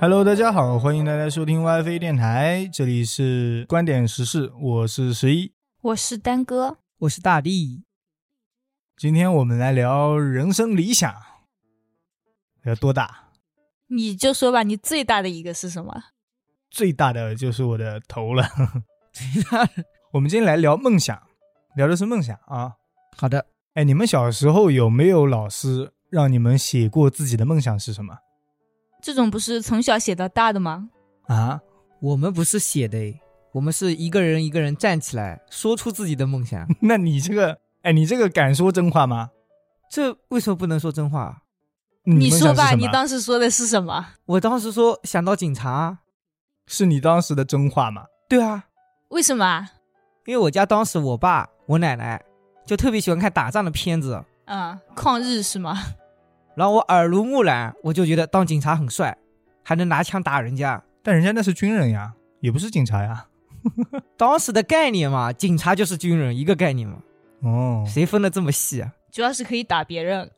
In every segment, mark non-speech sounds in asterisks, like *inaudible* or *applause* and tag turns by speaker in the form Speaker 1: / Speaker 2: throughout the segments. Speaker 1: Hello，大家好，欢迎大家收听 YF 电台，这里是观点时事，我是十一。
Speaker 2: 我是丹哥，
Speaker 3: 我是大力，
Speaker 1: 今天我们来聊人生理想，要多大？
Speaker 2: 你就说吧，你最大的一个是什么？
Speaker 1: 最大的就是我的头了。 *laughs* 我们今天来聊梦想，聊的是梦想啊。
Speaker 3: 好的，
Speaker 1: 哎，你们小时候有没有老师让你们写过自己的梦想是什么
Speaker 2: 这种不是从小写到大的吗？
Speaker 1: 啊？ *laughs*
Speaker 3: 我们不是写的诶，我们是一个人一个人站起来，说出自己的梦
Speaker 1: *laughs*
Speaker 3: 想。
Speaker 1: 那你这个，哎，你这个敢说真话吗？
Speaker 3: 这为什么不能说真话？
Speaker 1: 你
Speaker 2: 你
Speaker 1: 梦
Speaker 2: 说
Speaker 1: 想是
Speaker 2: 吧，
Speaker 1: 什么
Speaker 2: 你当时说的是什么？
Speaker 3: 我当时说想到警察，
Speaker 1: 是你当时的真话吗？
Speaker 3: 对啊，
Speaker 2: 为什么啊？
Speaker 3: 因为我家当时我爸我奶奶就特别喜欢看打仗的片子，
Speaker 2: 嗯，抗日是吗？ *laughs*
Speaker 3: 然后我耳濡目染，我就觉得当警察很帅，还能拿枪打人家。
Speaker 1: 但人家那是军人呀，也不是警察呀。
Speaker 3: 当时的概念嘛，警察就是军人一个概念嘛，
Speaker 1: 哦，
Speaker 3: 谁分的这么细啊？
Speaker 2: 主要是可以打别人，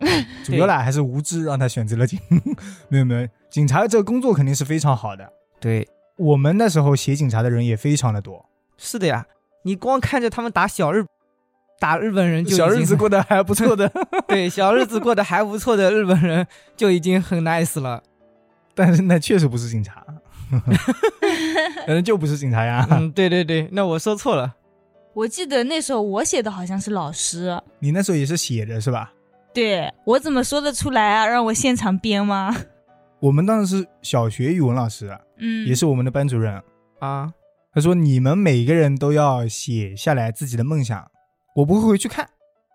Speaker 1: 主要啦还是无知让他选择了警， *laughs* 没有没有，警察这个工作肯定是非常好的。
Speaker 3: 对，
Speaker 1: 我们那时候写警察的人也非常的多，
Speaker 3: 是的呀，你光看着他们打小日，打日本人就已经
Speaker 1: 小日子
Speaker 3: 很
Speaker 1: 过得还不错
Speaker 3: *laughs*
Speaker 1: 的，
Speaker 3: 对，小日子过得还不错的日本人就已经很
Speaker 1: *laughs*
Speaker 3: nice 了。
Speaker 1: 但是那确实不是警
Speaker 3: *laughs*
Speaker 1: 察，人就不是警察呀。
Speaker 3: 嗯，对对对，那我说错了。
Speaker 2: 我记得那时候我写的好像是老师，
Speaker 1: 你那时候也是写的是吧？
Speaker 2: 对我怎么说得出来啊？让我现场编吗？
Speaker 1: 我们当时是小学语文老师，啊
Speaker 2: 嗯，
Speaker 1: 也是我们的班主任，
Speaker 3: 啊，
Speaker 1: 他说你们每个人都要写下来自己的梦想，我不会回去看，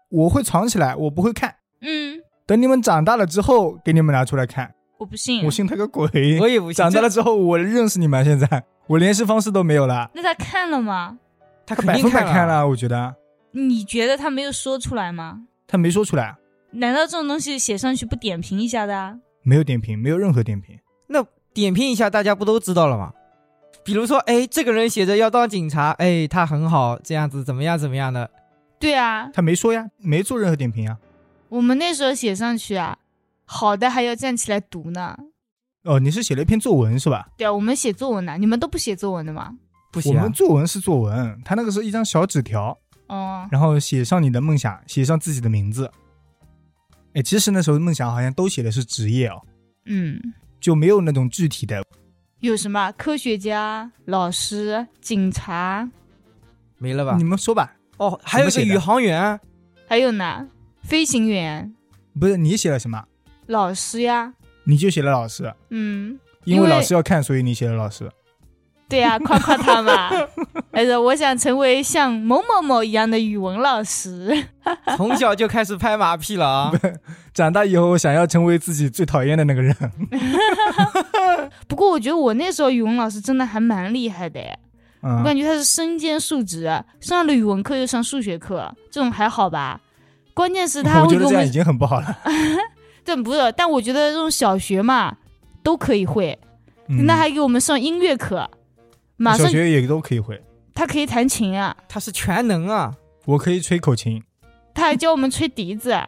Speaker 1: 我会藏起来，我不会看，
Speaker 2: 嗯，
Speaker 1: 等你们长大了之后给你们拿出来看。
Speaker 2: 我不信。
Speaker 1: 我信他个鬼！
Speaker 3: 啊我也不信
Speaker 1: 长大了
Speaker 3: 这
Speaker 1: 之后，我认识你们，现在我联系方式都没有了，
Speaker 2: 那他看了吗？
Speaker 1: 他
Speaker 3: 他肯
Speaker 1: 百
Speaker 3: 定
Speaker 1: 分百看
Speaker 3: 了。
Speaker 1: 了，我觉得
Speaker 2: 你觉得他没有说出来吗？
Speaker 1: 他没说出来，
Speaker 2: 难道这种东西写上去不点评一下的啊？
Speaker 1: 没有点评，没有任何点评。
Speaker 3: 那点评一下，大家不都知道了吗？比如说，哎，这个人写着要当警察，哎，他很好，这样子怎么样怎么样的，
Speaker 2: 对啊，
Speaker 1: 他没说呀，没做任何点评啊呀。
Speaker 2: 我们那时候写上去啊，好的还要站起来读呢。
Speaker 1: 哦，你是写了一篇作文是吧？
Speaker 2: 对啊，我们写作文呢，你们都不写作文的吗？
Speaker 3: 不
Speaker 1: 我
Speaker 3: 行、啊
Speaker 1: 们。作文是作文，他那个是一张小纸条，
Speaker 2: 哦，
Speaker 1: 然后写上你的梦想，写上自己的名字。哎，其实那时候梦想好像都写的是职业哦，
Speaker 2: 嗯，
Speaker 1: 就没有那种具体的。
Speaker 2: 有什么科学家、老师、警察，
Speaker 3: 没了吧
Speaker 1: 你？们说吧，
Speaker 3: 哦，还有一
Speaker 1: 怎么
Speaker 3: 个
Speaker 1: 写的
Speaker 3: 宇航员，
Speaker 2: 还有呢，飞行员、
Speaker 1: 不是你写了什么，
Speaker 2: 老师呀。
Speaker 1: 你就写了老师，
Speaker 2: 嗯，
Speaker 1: 因
Speaker 2: 因
Speaker 1: 为
Speaker 2: 为
Speaker 1: 老师要看，所以你写了老师。
Speaker 2: 对 *laughs* 呀、夸夸他嘛。还有，我想成为像某某某一样的语文老师。
Speaker 3: 从小就开始拍马屁了
Speaker 1: *laughs*
Speaker 3: 啊！
Speaker 1: 长大以后想要成为自己最讨厌的那个人，
Speaker 2: 不过我觉得我那时候语文老师真的还蛮厉害的哎，我
Speaker 1: 嗯，
Speaker 2: 感觉他是身兼数职，啊上了语文课又上数学课，这种还好吧？关键是他
Speaker 1: *laughs* 我
Speaker 2: 会
Speaker 1: 觉
Speaker 2: 给
Speaker 1: 得
Speaker 2: 我
Speaker 1: 这样已
Speaker 2: 们，
Speaker 1: 经很不好了。
Speaker 2: 对，不是，但我觉得这种小学嘛都可以会，
Speaker 1: 嗯
Speaker 2: 那还给我们上音乐课，马
Speaker 1: 小
Speaker 2: 上
Speaker 1: 学也都可以会，
Speaker 2: 他可以弹琴啊，
Speaker 3: 他是全能啊，
Speaker 1: 我可以吹口琴，
Speaker 2: 他还教我们吹笛子啊，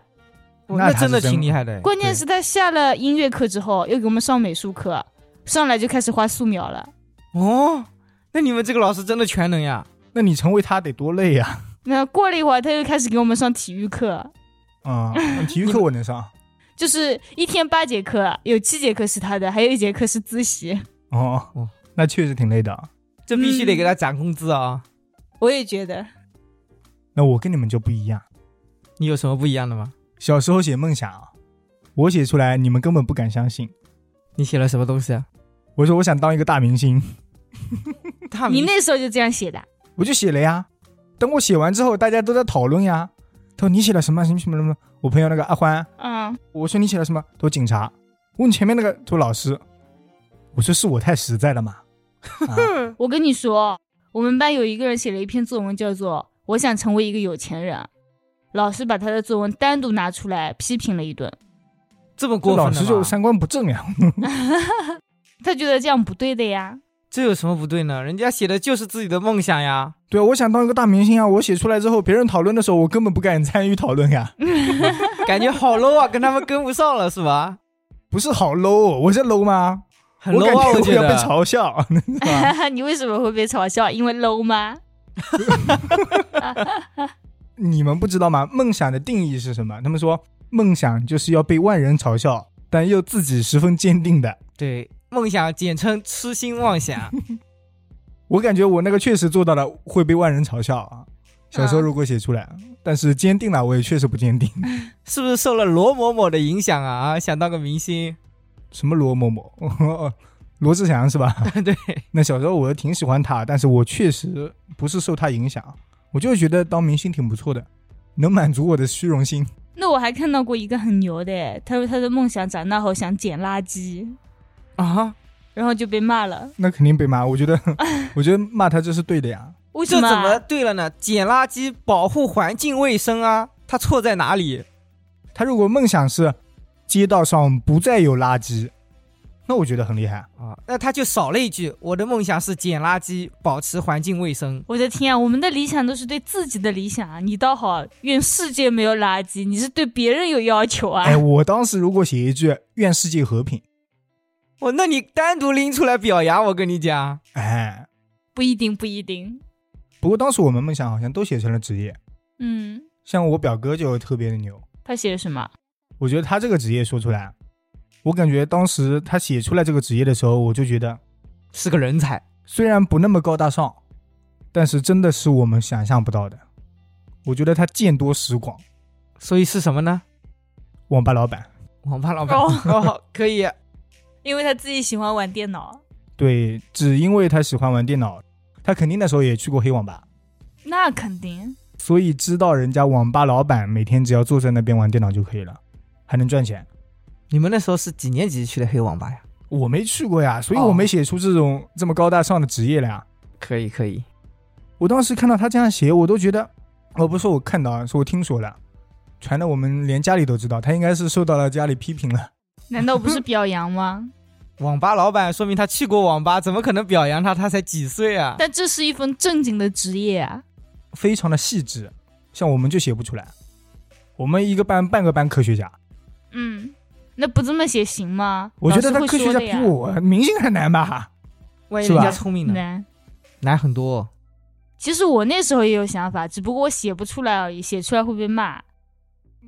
Speaker 3: 我
Speaker 1: 那
Speaker 3: 那
Speaker 1: 他
Speaker 3: 真的
Speaker 1: 是真
Speaker 3: 挺厉害的。
Speaker 2: 关键
Speaker 1: 对
Speaker 2: 是他下了音乐课之后又给我们上美术课，上来就开始画素描了。
Speaker 3: 哦，那你们这个老师真的全能呀？
Speaker 1: 那你成为他得多累呀、
Speaker 2: 那过了一会儿，他又开始给我们上体育课， *laughs*
Speaker 1: 啊！嗯，体育课我能上
Speaker 2: 就是一天八节课，有七节课是他的，还有一节课是自习。
Speaker 1: 哦
Speaker 3: 哦，
Speaker 1: 那确实挺累的。
Speaker 3: 这必须得给他涨工资啊！
Speaker 2: 我也觉得，
Speaker 1: 那我跟你们就不一样，
Speaker 3: 你有什么不一样的吗？
Speaker 1: 小时候写梦想啊，我写出来你们根本不敢相信。
Speaker 3: 你写了什么东西啊？
Speaker 1: 我说我想当一个大明星，
Speaker 3: 大
Speaker 2: 你
Speaker 3: 明
Speaker 2: 那时候就这样写的，
Speaker 1: 我就写了呀。等我写完之后，大家都在讨论呀。他说你写了什么什么什么什么？我朋友那个阿欢，
Speaker 2: 嗯，
Speaker 1: 我说你写了什么？他说警察。我问前面那个，他说老师。我说是我太实在了嘛。啊
Speaker 2: 我跟你说，我们班有一个人写了一篇作文，叫做《我想成为一个有钱人》，老师把他的作文单独拿出来批评了一顿，
Speaker 3: 这么
Speaker 1: 这
Speaker 3: 过分
Speaker 1: 老
Speaker 3: 的
Speaker 1: 师
Speaker 3: 吗
Speaker 1: 就三观不正呀。 *laughs*
Speaker 2: 他觉得这样不对的呀。
Speaker 3: 这有什么不对呢？人家写的就是自己的梦想呀。
Speaker 1: 对啊，我想当一个大明星啊！我写出来之后，别人讨论的时候，我根本不敢参与讨论
Speaker 3: *laughs*
Speaker 1: 呀。 *laughs*
Speaker 3: 感觉好 low 啊，跟他们跟不上了是吧？
Speaker 1: 不是好 low，我是 low 吗？
Speaker 3: 很
Speaker 1: 我
Speaker 3: low 啊，
Speaker 1: 感觉
Speaker 3: 觉
Speaker 1: 要被
Speaker 3: 得。
Speaker 1: 嘲笑， *laughs* 对吧
Speaker 2: *laughs* 你为什么会被嘲笑？因为 low 吗？
Speaker 1: 你们不知道吗？梦想的定义是什么？他们说梦想就是要被万人嘲笑，但又自己十分坚定的。
Speaker 3: 对，梦想简称痴心妄想。
Speaker 1: 我感觉我那个确实做到了，会被万人嘲笑啊。小时候
Speaker 2: 嗯
Speaker 1: 如果写出来，但是坚定了，我也确实不坚定。
Speaker 3: 是不是受了罗某某的影响啊？啊，想当个明星，
Speaker 1: 什么罗某某， *laughs* 罗志祥是吧？
Speaker 3: *laughs* 对，
Speaker 1: 那小时候我挺喜欢他，但是我确实不是受他影响，我就觉得当明星挺不错的，能满足我的虚荣心。
Speaker 2: 那我还看到过一个很牛的，他说他的梦想长大后想捡垃圾，
Speaker 3: 啊，
Speaker 2: 然后就被骂了。
Speaker 1: 那肯定被骂，我觉得， *laughs* 我觉得骂他这是对的呀。
Speaker 2: 为什
Speaker 3: 这
Speaker 2: 么
Speaker 3: 怎
Speaker 2: 啊？
Speaker 3: 么对了呢？捡垃圾保护环境卫生啊，他错在哪里？
Speaker 1: 他如果梦想是街道上不再有垃圾，那我觉得很厉害。
Speaker 3: 啊，那他就少了一句：“我的梦想是捡垃圾，保持环境卫生。
Speaker 2: 我的天啊，我们的理想都是对自己的理想啊！你倒好，愿世界没有垃圾，你是对别人有要求啊！
Speaker 1: 哎，我当时如果写一句“愿世界和平
Speaker 3: 哦，那你单独拎出来表扬，我跟你讲，”，
Speaker 1: 哎，
Speaker 2: 不一定，不一定。
Speaker 1: 不过当时我们梦想好像都写成了职业，
Speaker 2: 嗯，
Speaker 1: 像我表哥就特别的牛，
Speaker 2: 他写的什么？
Speaker 1: 我觉得他这个职业说出来，我感觉当时他写出来这个职业的时候，我就觉得
Speaker 3: 是个人才。
Speaker 1: 虽然不那么高大上，但是真的是我们想象不到的。我觉得他见多识广，
Speaker 3: 所以是什么呢？
Speaker 1: 网吧老板
Speaker 3: 网吧老板
Speaker 2: 哦
Speaker 3: 哦可以，
Speaker 2: 因为他自己喜欢玩电脑，
Speaker 1: 对，只因为他喜欢玩电脑，他肯定那时候也去过黑网吧，
Speaker 2: 那肯 *laughs* 定。
Speaker 1: 所以知道人家网吧老板每天只要坐在那边玩电脑就可以了，还能赚钱。
Speaker 3: 你们那时候是几年级去的黑网吧呀？
Speaker 1: 我没去过呀，所以我没写出这种这么高大上的职业来啊。
Speaker 3: 可以可以，
Speaker 1: 我当时看到他这样写，我都觉得，哦，不是我看到啊，是我听说的，传的我们连家里都知道，他应该是受到了家里批评了。
Speaker 2: 难道不是表扬 *laughs* 吗？
Speaker 3: 网吧老板说明他去过网吧，怎么可能表扬他？他才几岁啊？
Speaker 2: 但这是一份正经的职业啊！
Speaker 1: 非常的细致，像我们就写不出来。我们一个班半个班科学家，
Speaker 2: 嗯，那不这么写行吗？
Speaker 1: 我觉得
Speaker 2: 老
Speaker 1: 他
Speaker 2: 师
Speaker 1: 科
Speaker 2: 会
Speaker 1: 学
Speaker 2: 说
Speaker 1: 家
Speaker 2: 的
Speaker 1: 比
Speaker 2: 呀
Speaker 1: 我明星还难吧？
Speaker 3: 万一
Speaker 1: 是
Speaker 3: 人
Speaker 1: 吧
Speaker 3: 家聪明呢？
Speaker 1: 啊
Speaker 2: 难。
Speaker 3: 难很多哦、
Speaker 2: 其实我那时候也有想法，只不过我写不出来而已，写出来会被骂。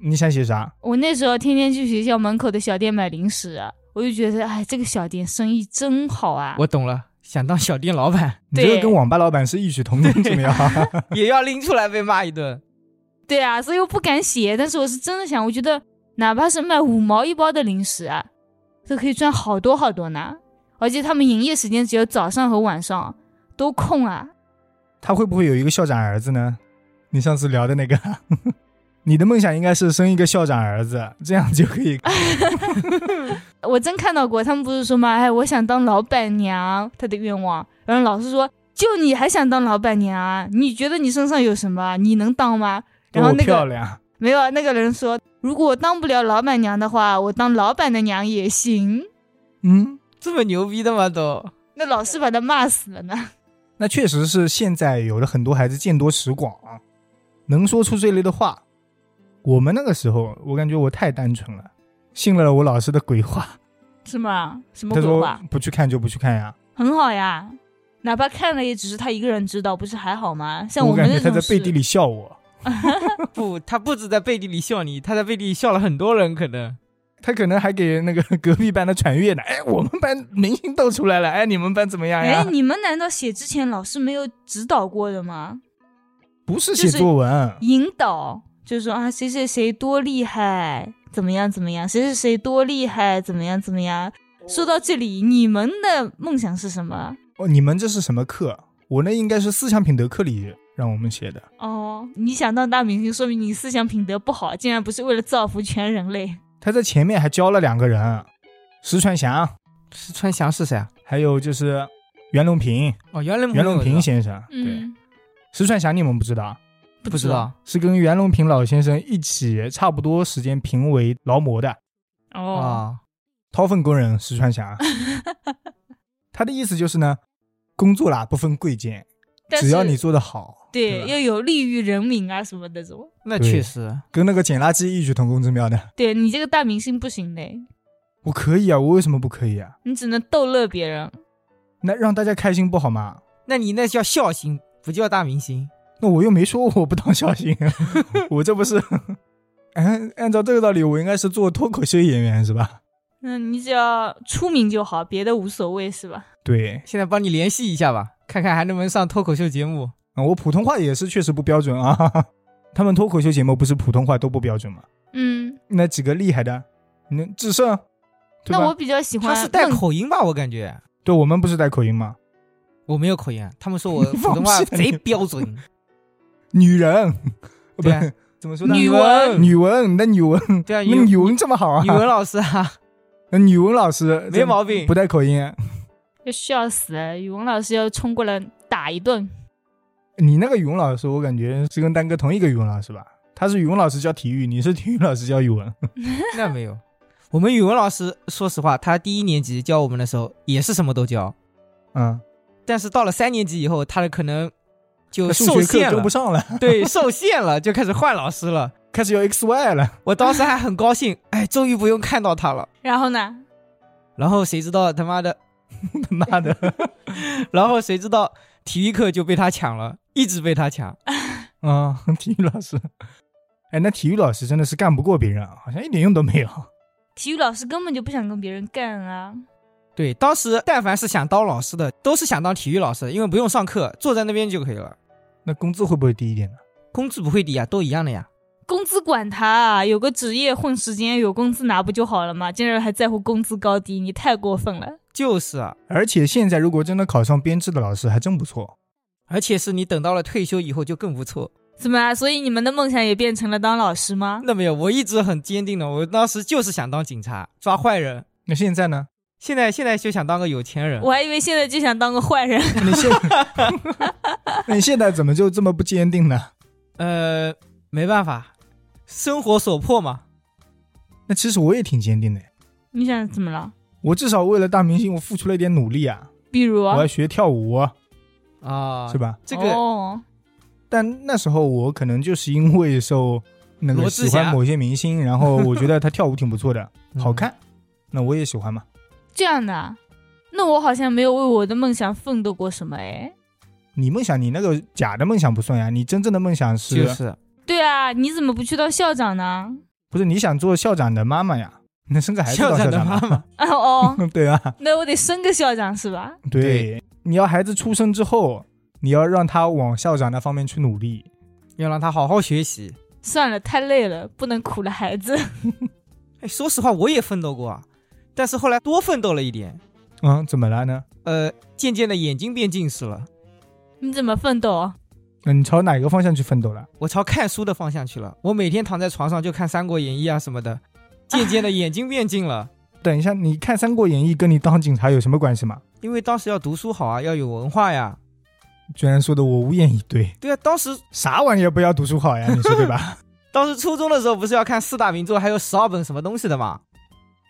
Speaker 1: 你想写啥？
Speaker 2: 我那时候天天去学校门口的小店买零食，我就觉得，哎，这个小店生意真好啊！
Speaker 3: 我懂了，想当小店老板
Speaker 1: 你这个
Speaker 2: 对
Speaker 1: 跟网吧老板是异曲同工之
Speaker 2: *laughs*
Speaker 1: 妙。
Speaker 3: *laughs* 也要拎出来被骂一顿。
Speaker 2: 对啊，所以我不敢写，但是我是真的想，我觉得哪怕是卖五毛一包的零食啊，都可以赚好多好多呢。而且他们营业时间只有早上和晚上，多空啊！
Speaker 1: 他会不会有一个校长儿子呢？你上次聊的那个， *laughs* 你的梦想应该是生一个校长儿子，这样就可以。
Speaker 2: 我真看到过，他们不是说嘛，哎，我想当老板娘，他的愿望。然后老师说，就你还想当老板娘啊？你觉得你身上有什么啊？你能当吗？ *laughs* 然后
Speaker 1: 多
Speaker 2: 那个
Speaker 1: 漂亮，
Speaker 2: 没有，啊，那个人说，如果我当不了老板娘的话，我当老板的娘也行。
Speaker 1: 嗯，
Speaker 3: 这么牛逼的吗？都
Speaker 2: 那老师把他骂死了呢。
Speaker 1: 那确实是现在有的很多孩子见多识广啊，能说出这类的话。我们那个时候，我感觉我太单纯了，信了我老师的鬼话。
Speaker 2: 是吗？什么
Speaker 1: 他
Speaker 2: 鬼
Speaker 1: 说
Speaker 2: 话？
Speaker 1: 不去看就不去看呀。
Speaker 2: 很好呀，哪怕看了也只是他一个人知道，不是还好吗？像
Speaker 1: 我
Speaker 2: 们
Speaker 1: 感觉
Speaker 2: 这
Speaker 1: 他
Speaker 2: 种
Speaker 1: 在背地
Speaker 2: 事
Speaker 1: 里笑我，
Speaker 3: *laughs* 不，他不止在背地里笑你，他在背地里笑了很多人，可能。
Speaker 1: 他可能还给那个隔壁班的传阅呢。哎，我们班明星都出来了，哎，你们班怎么样
Speaker 2: 哎
Speaker 1: 呀，？
Speaker 2: 你们难道写之前老师没有指导过的吗？
Speaker 1: 不是
Speaker 2: 就
Speaker 1: 写
Speaker 2: 是
Speaker 1: 作文，
Speaker 2: 引导就是说啊，谁谁谁多厉害，怎么样怎么样，谁谁谁多厉害，怎么样怎么样。说到这里，你们的梦想是什么？
Speaker 1: 哦，你们这是什么课？我那应该是思想品德课里让我们写的。
Speaker 2: 哦，你想当大明星，说明你思想品德不好，竟然不是为了造福全人类。
Speaker 1: 他在前面还教了两个人，石传祥，
Speaker 3: 石川翔是谁啊？
Speaker 1: 还有就是袁隆平，
Speaker 3: 哦，
Speaker 2: *laughs*
Speaker 3: 袁隆
Speaker 1: 袁隆平
Speaker 3: 我知
Speaker 1: 先生。对，
Speaker 2: 嗯，
Speaker 1: 石传祥你们不知道啊，
Speaker 3: 道，
Speaker 2: 不
Speaker 3: 不知道。
Speaker 1: 是跟袁隆平老先生一起差不多时间评为劳模的。啊
Speaker 2: 哦，
Speaker 3: 哦，
Speaker 1: 掏粪工人石川
Speaker 2: *laughs*
Speaker 1: 霞，他的意思就是呢，工作啦不分贵贱，
Speaker 2: 但是
Speaker 1: 只要你做得好，对
Speaker 2: 对
Speaker 1: 吧
Speaker 2: 要有利于人民啊什么那种。
Speaker 3: 那
Speaker 1: 对
Speaker 3: 确实，
Speaker 1: 跟那个捡垃圾异曲同工之妙的。
Speaker 2: 对你这个大明星不行嘞，
Speaker 1: 我可以啊，我为什么不可以啊？
Speaker 2: 你只能逗乐别人。
Speaker 1: 那让大家开心不好吗？
Speaker 3: 那你那叫笑星，不叫大明星。
Speaker 1: 那我又没说我不当笑星，
Speaker 2: *laughs*
Speaker 1: 我这不是 *laughs* 按按照这个道理，我应该是做脱口秀演员是吧？
Speaker 2: 那你只要出名就好，别的无所谓是吧？
Speaker 1: 对，
Speaker 3: 现在帮你联系一下吧，看看还能不能上脱口秀节目。
Speaker 1: 啊，我普通话也是确实不标准啊。 *laughs* 他们脱口秀节目不是普通话都不标准吗？
Speaker 2: 嗯，
Speaker 1: 那几个厉害的，那智胜，对
Speaker 2: 那
Speaker 1: 吧？
Speaker 2: 我比较喜欢
Speaker 3: 他是带
Speaker 2: 孟
Speaker 3: 口音吧？我感觉
Speaker 1: 对我们不是带口音吗？
Speaker 3: 我没有口音啊，他们说我
Speaker 1: *laughs*
Speaker 3: 普通话
Speaker 1: 放屁啊你
Speaker 3: 贼标准。
Speaker 1: 女人，不
Speaker 3: 对啊
Speaker 1: 是怎么说呢？
Speaker 2: 女
Speaker 3: 文
Speaker 1: 女文，那女文，
Speaker 3: 对啊，
Speaker 1: 那
Speaker 3: 语
Speaker 1: 语文这么好啊？
Speaker 3: 语文老师
Speaker 1: *laughs*
Speaker 3: 啊，
Speaker 1: 那语文老师
Speaker 3: 没毛病
Speaker 1: 不。带口音。
Speaker 2: 要笑死了，语文老师要冲过来打一顿。
Speaker 1: 你那个语文老师，我感觉是跟丹哥同一个语文老师吧？他是语文老师教体育，你是体育老师教语文。 *laughs*
Speaker 3: 那没有，我们语文老师，说实话，他第一年级教我们的时候也是什么都教，
Speaker 1: 嗯，
Speaker 3: 但是到了三年级以后，他的可能就
Speaker 1: 那
Speaker 3: 受
Speaker 1: *laughs* 数学
Speaker 3: 限
Speaker 1: 课跟
Speaker 3: 了
Speaker 1: 不，上了，
Speaker 3: 对，受限了，就开始换老师了。
Speaker 1: 开始要 X Y 了。 *laughs*
Speaker 3: 我当时还很高兴，哎，终于不用看到他了。
Speaker 2: 然后呢？
Speaker 3: 然后谁知道他妈的，
Speaker 1: 他妈的，
Speaker 3: 然后谁知道体育课就被他抢了，一直被他抢。
Speaker 1: *laughs* 啊、体育老师，哎，那体育老师真的是干不过别人啊，好像一点用都没有。
Speaker 2: 体育老师根本就不想跟别人干啊。
Speaker 3: 对，当时但凡是想当老师的，都是想当体育老师，因为不用上课，坐在那边就可以了，
Speaker 1: 那工资会不会低一点呢？
Speaker 3: 工资不会低啊，都一样的呀。
Speaker 2: 工资管他啊，有个职业混时间，有工资拿不就好了吗？竟然还在乎工资高低，你太过分了。
Speaker 3: 就是啊，
Speaker 1: 而且现在如果真的考上编制的老师，还真不错。
Speaker 3: 而且是你等到了退休以后就更不错。
Speaker 2: 怎么啊？所以你们的梦想也变成了当老师吗？
Speaker 3: 那没有，我一直很坚定的，我当时就是想当警察，抓坏人。
Speaker 1: 那现在呢？
Speaker 3: 现在现在就想当个有钱人
Speaker 2: 我，还以为现在就想当个坏人。
Speaker 1: 那你
Speaker 3: *laughs*
Speaker 1: 现， *laughs* 那你现在怎么就这么不坚定呢？
Speaker 3: 呃，没办法，生活所迫嘛。
Speaker 1: 那其实我也挺坚定的呀，
Speaker 2: 你想怎么了？
Speaker 1: 我至少为了大明星，我付出了一点努力啊。
Speaker 2: 比如
Speaker 1: 我要学跳舞，
Speaker 3: 啊，
Speaker 1: 是吧？
Speaker 3: 这个、
Speaker 2: 哦，
Speaker 1: 但那时候我可能就是因为受那个
Speaker 3: 罗志
Speaker 1: 喜欢
Speaker 3: 祥
Speaker 1: 某些明星，然后我觉得他跳舞挺不错的，
Speaker 3: *laughs* 嗯
Speaker 1: 好看，那我也喜欢嘛。
Speaker 2: 这样的啊。那我好像没有为我的梦想奋斗过什么哎。
Speaker 1: 你梦想，你那个假的梦想不算呀，你真正的梦想是，
Speaker 3: 嗯就是
Speaker 2: 对啊，你怎么不去当校长呢？ *laughs*
Speaker 1: 不是你想做校长的妈妈呀？那生个孩子当
Speaker 3: 校
Speaker 1: 校
Speaker 3: 长的
Speaker 1: 长
Speaker 3: 妈妈。
Speaker 2: 哦哦，
Speaker 1: 嗯， *laughs* 对啊，
Speaker 2: 那我得升个校长是吧？
Speaker 1: 对，
Speaker 3: 对
Speaker 1: 你要孩子出生之后，你要让他往校长那方面去努力。
Speaker 3: 要让他好好学习。
Speaker 2: 算了，太累了，不能苦了孩子。 *laughs*
Speaker 3: 哎，说实话，我也奋斗过，啊，但是后来多奋斗了一点，
Speaker 1: 嗯，怎么了呢？
Speaker 3: 呃，渐渐的眼睛变近视了，
Speaker 2: 你怎么奋斗？
Speaker 1: 那你朝哪个方向去奋斗了？
Speaker 3: 我朝看书的方向去了。我每天躺在床上就看《三国演义》啊什么的，渐渐的眼睛变近了。
Speaker 1: 等一下，你看《三国演义》跟你当警察有什么关系吗？
Speaker 3: 因为当时要读书好啊，要有文化呀。
Speaker 1: 居然说的我无言以对。
Speaker 3: 对啊，当时
Speaker 1: 啥玩意儿不要读书好呀？你说对
Speaker 3: *laughs*
Speaker 1: 吧？
Speaker 3: 当时初中的时候不是要看四大名著，还有十二本什么东西的嘛？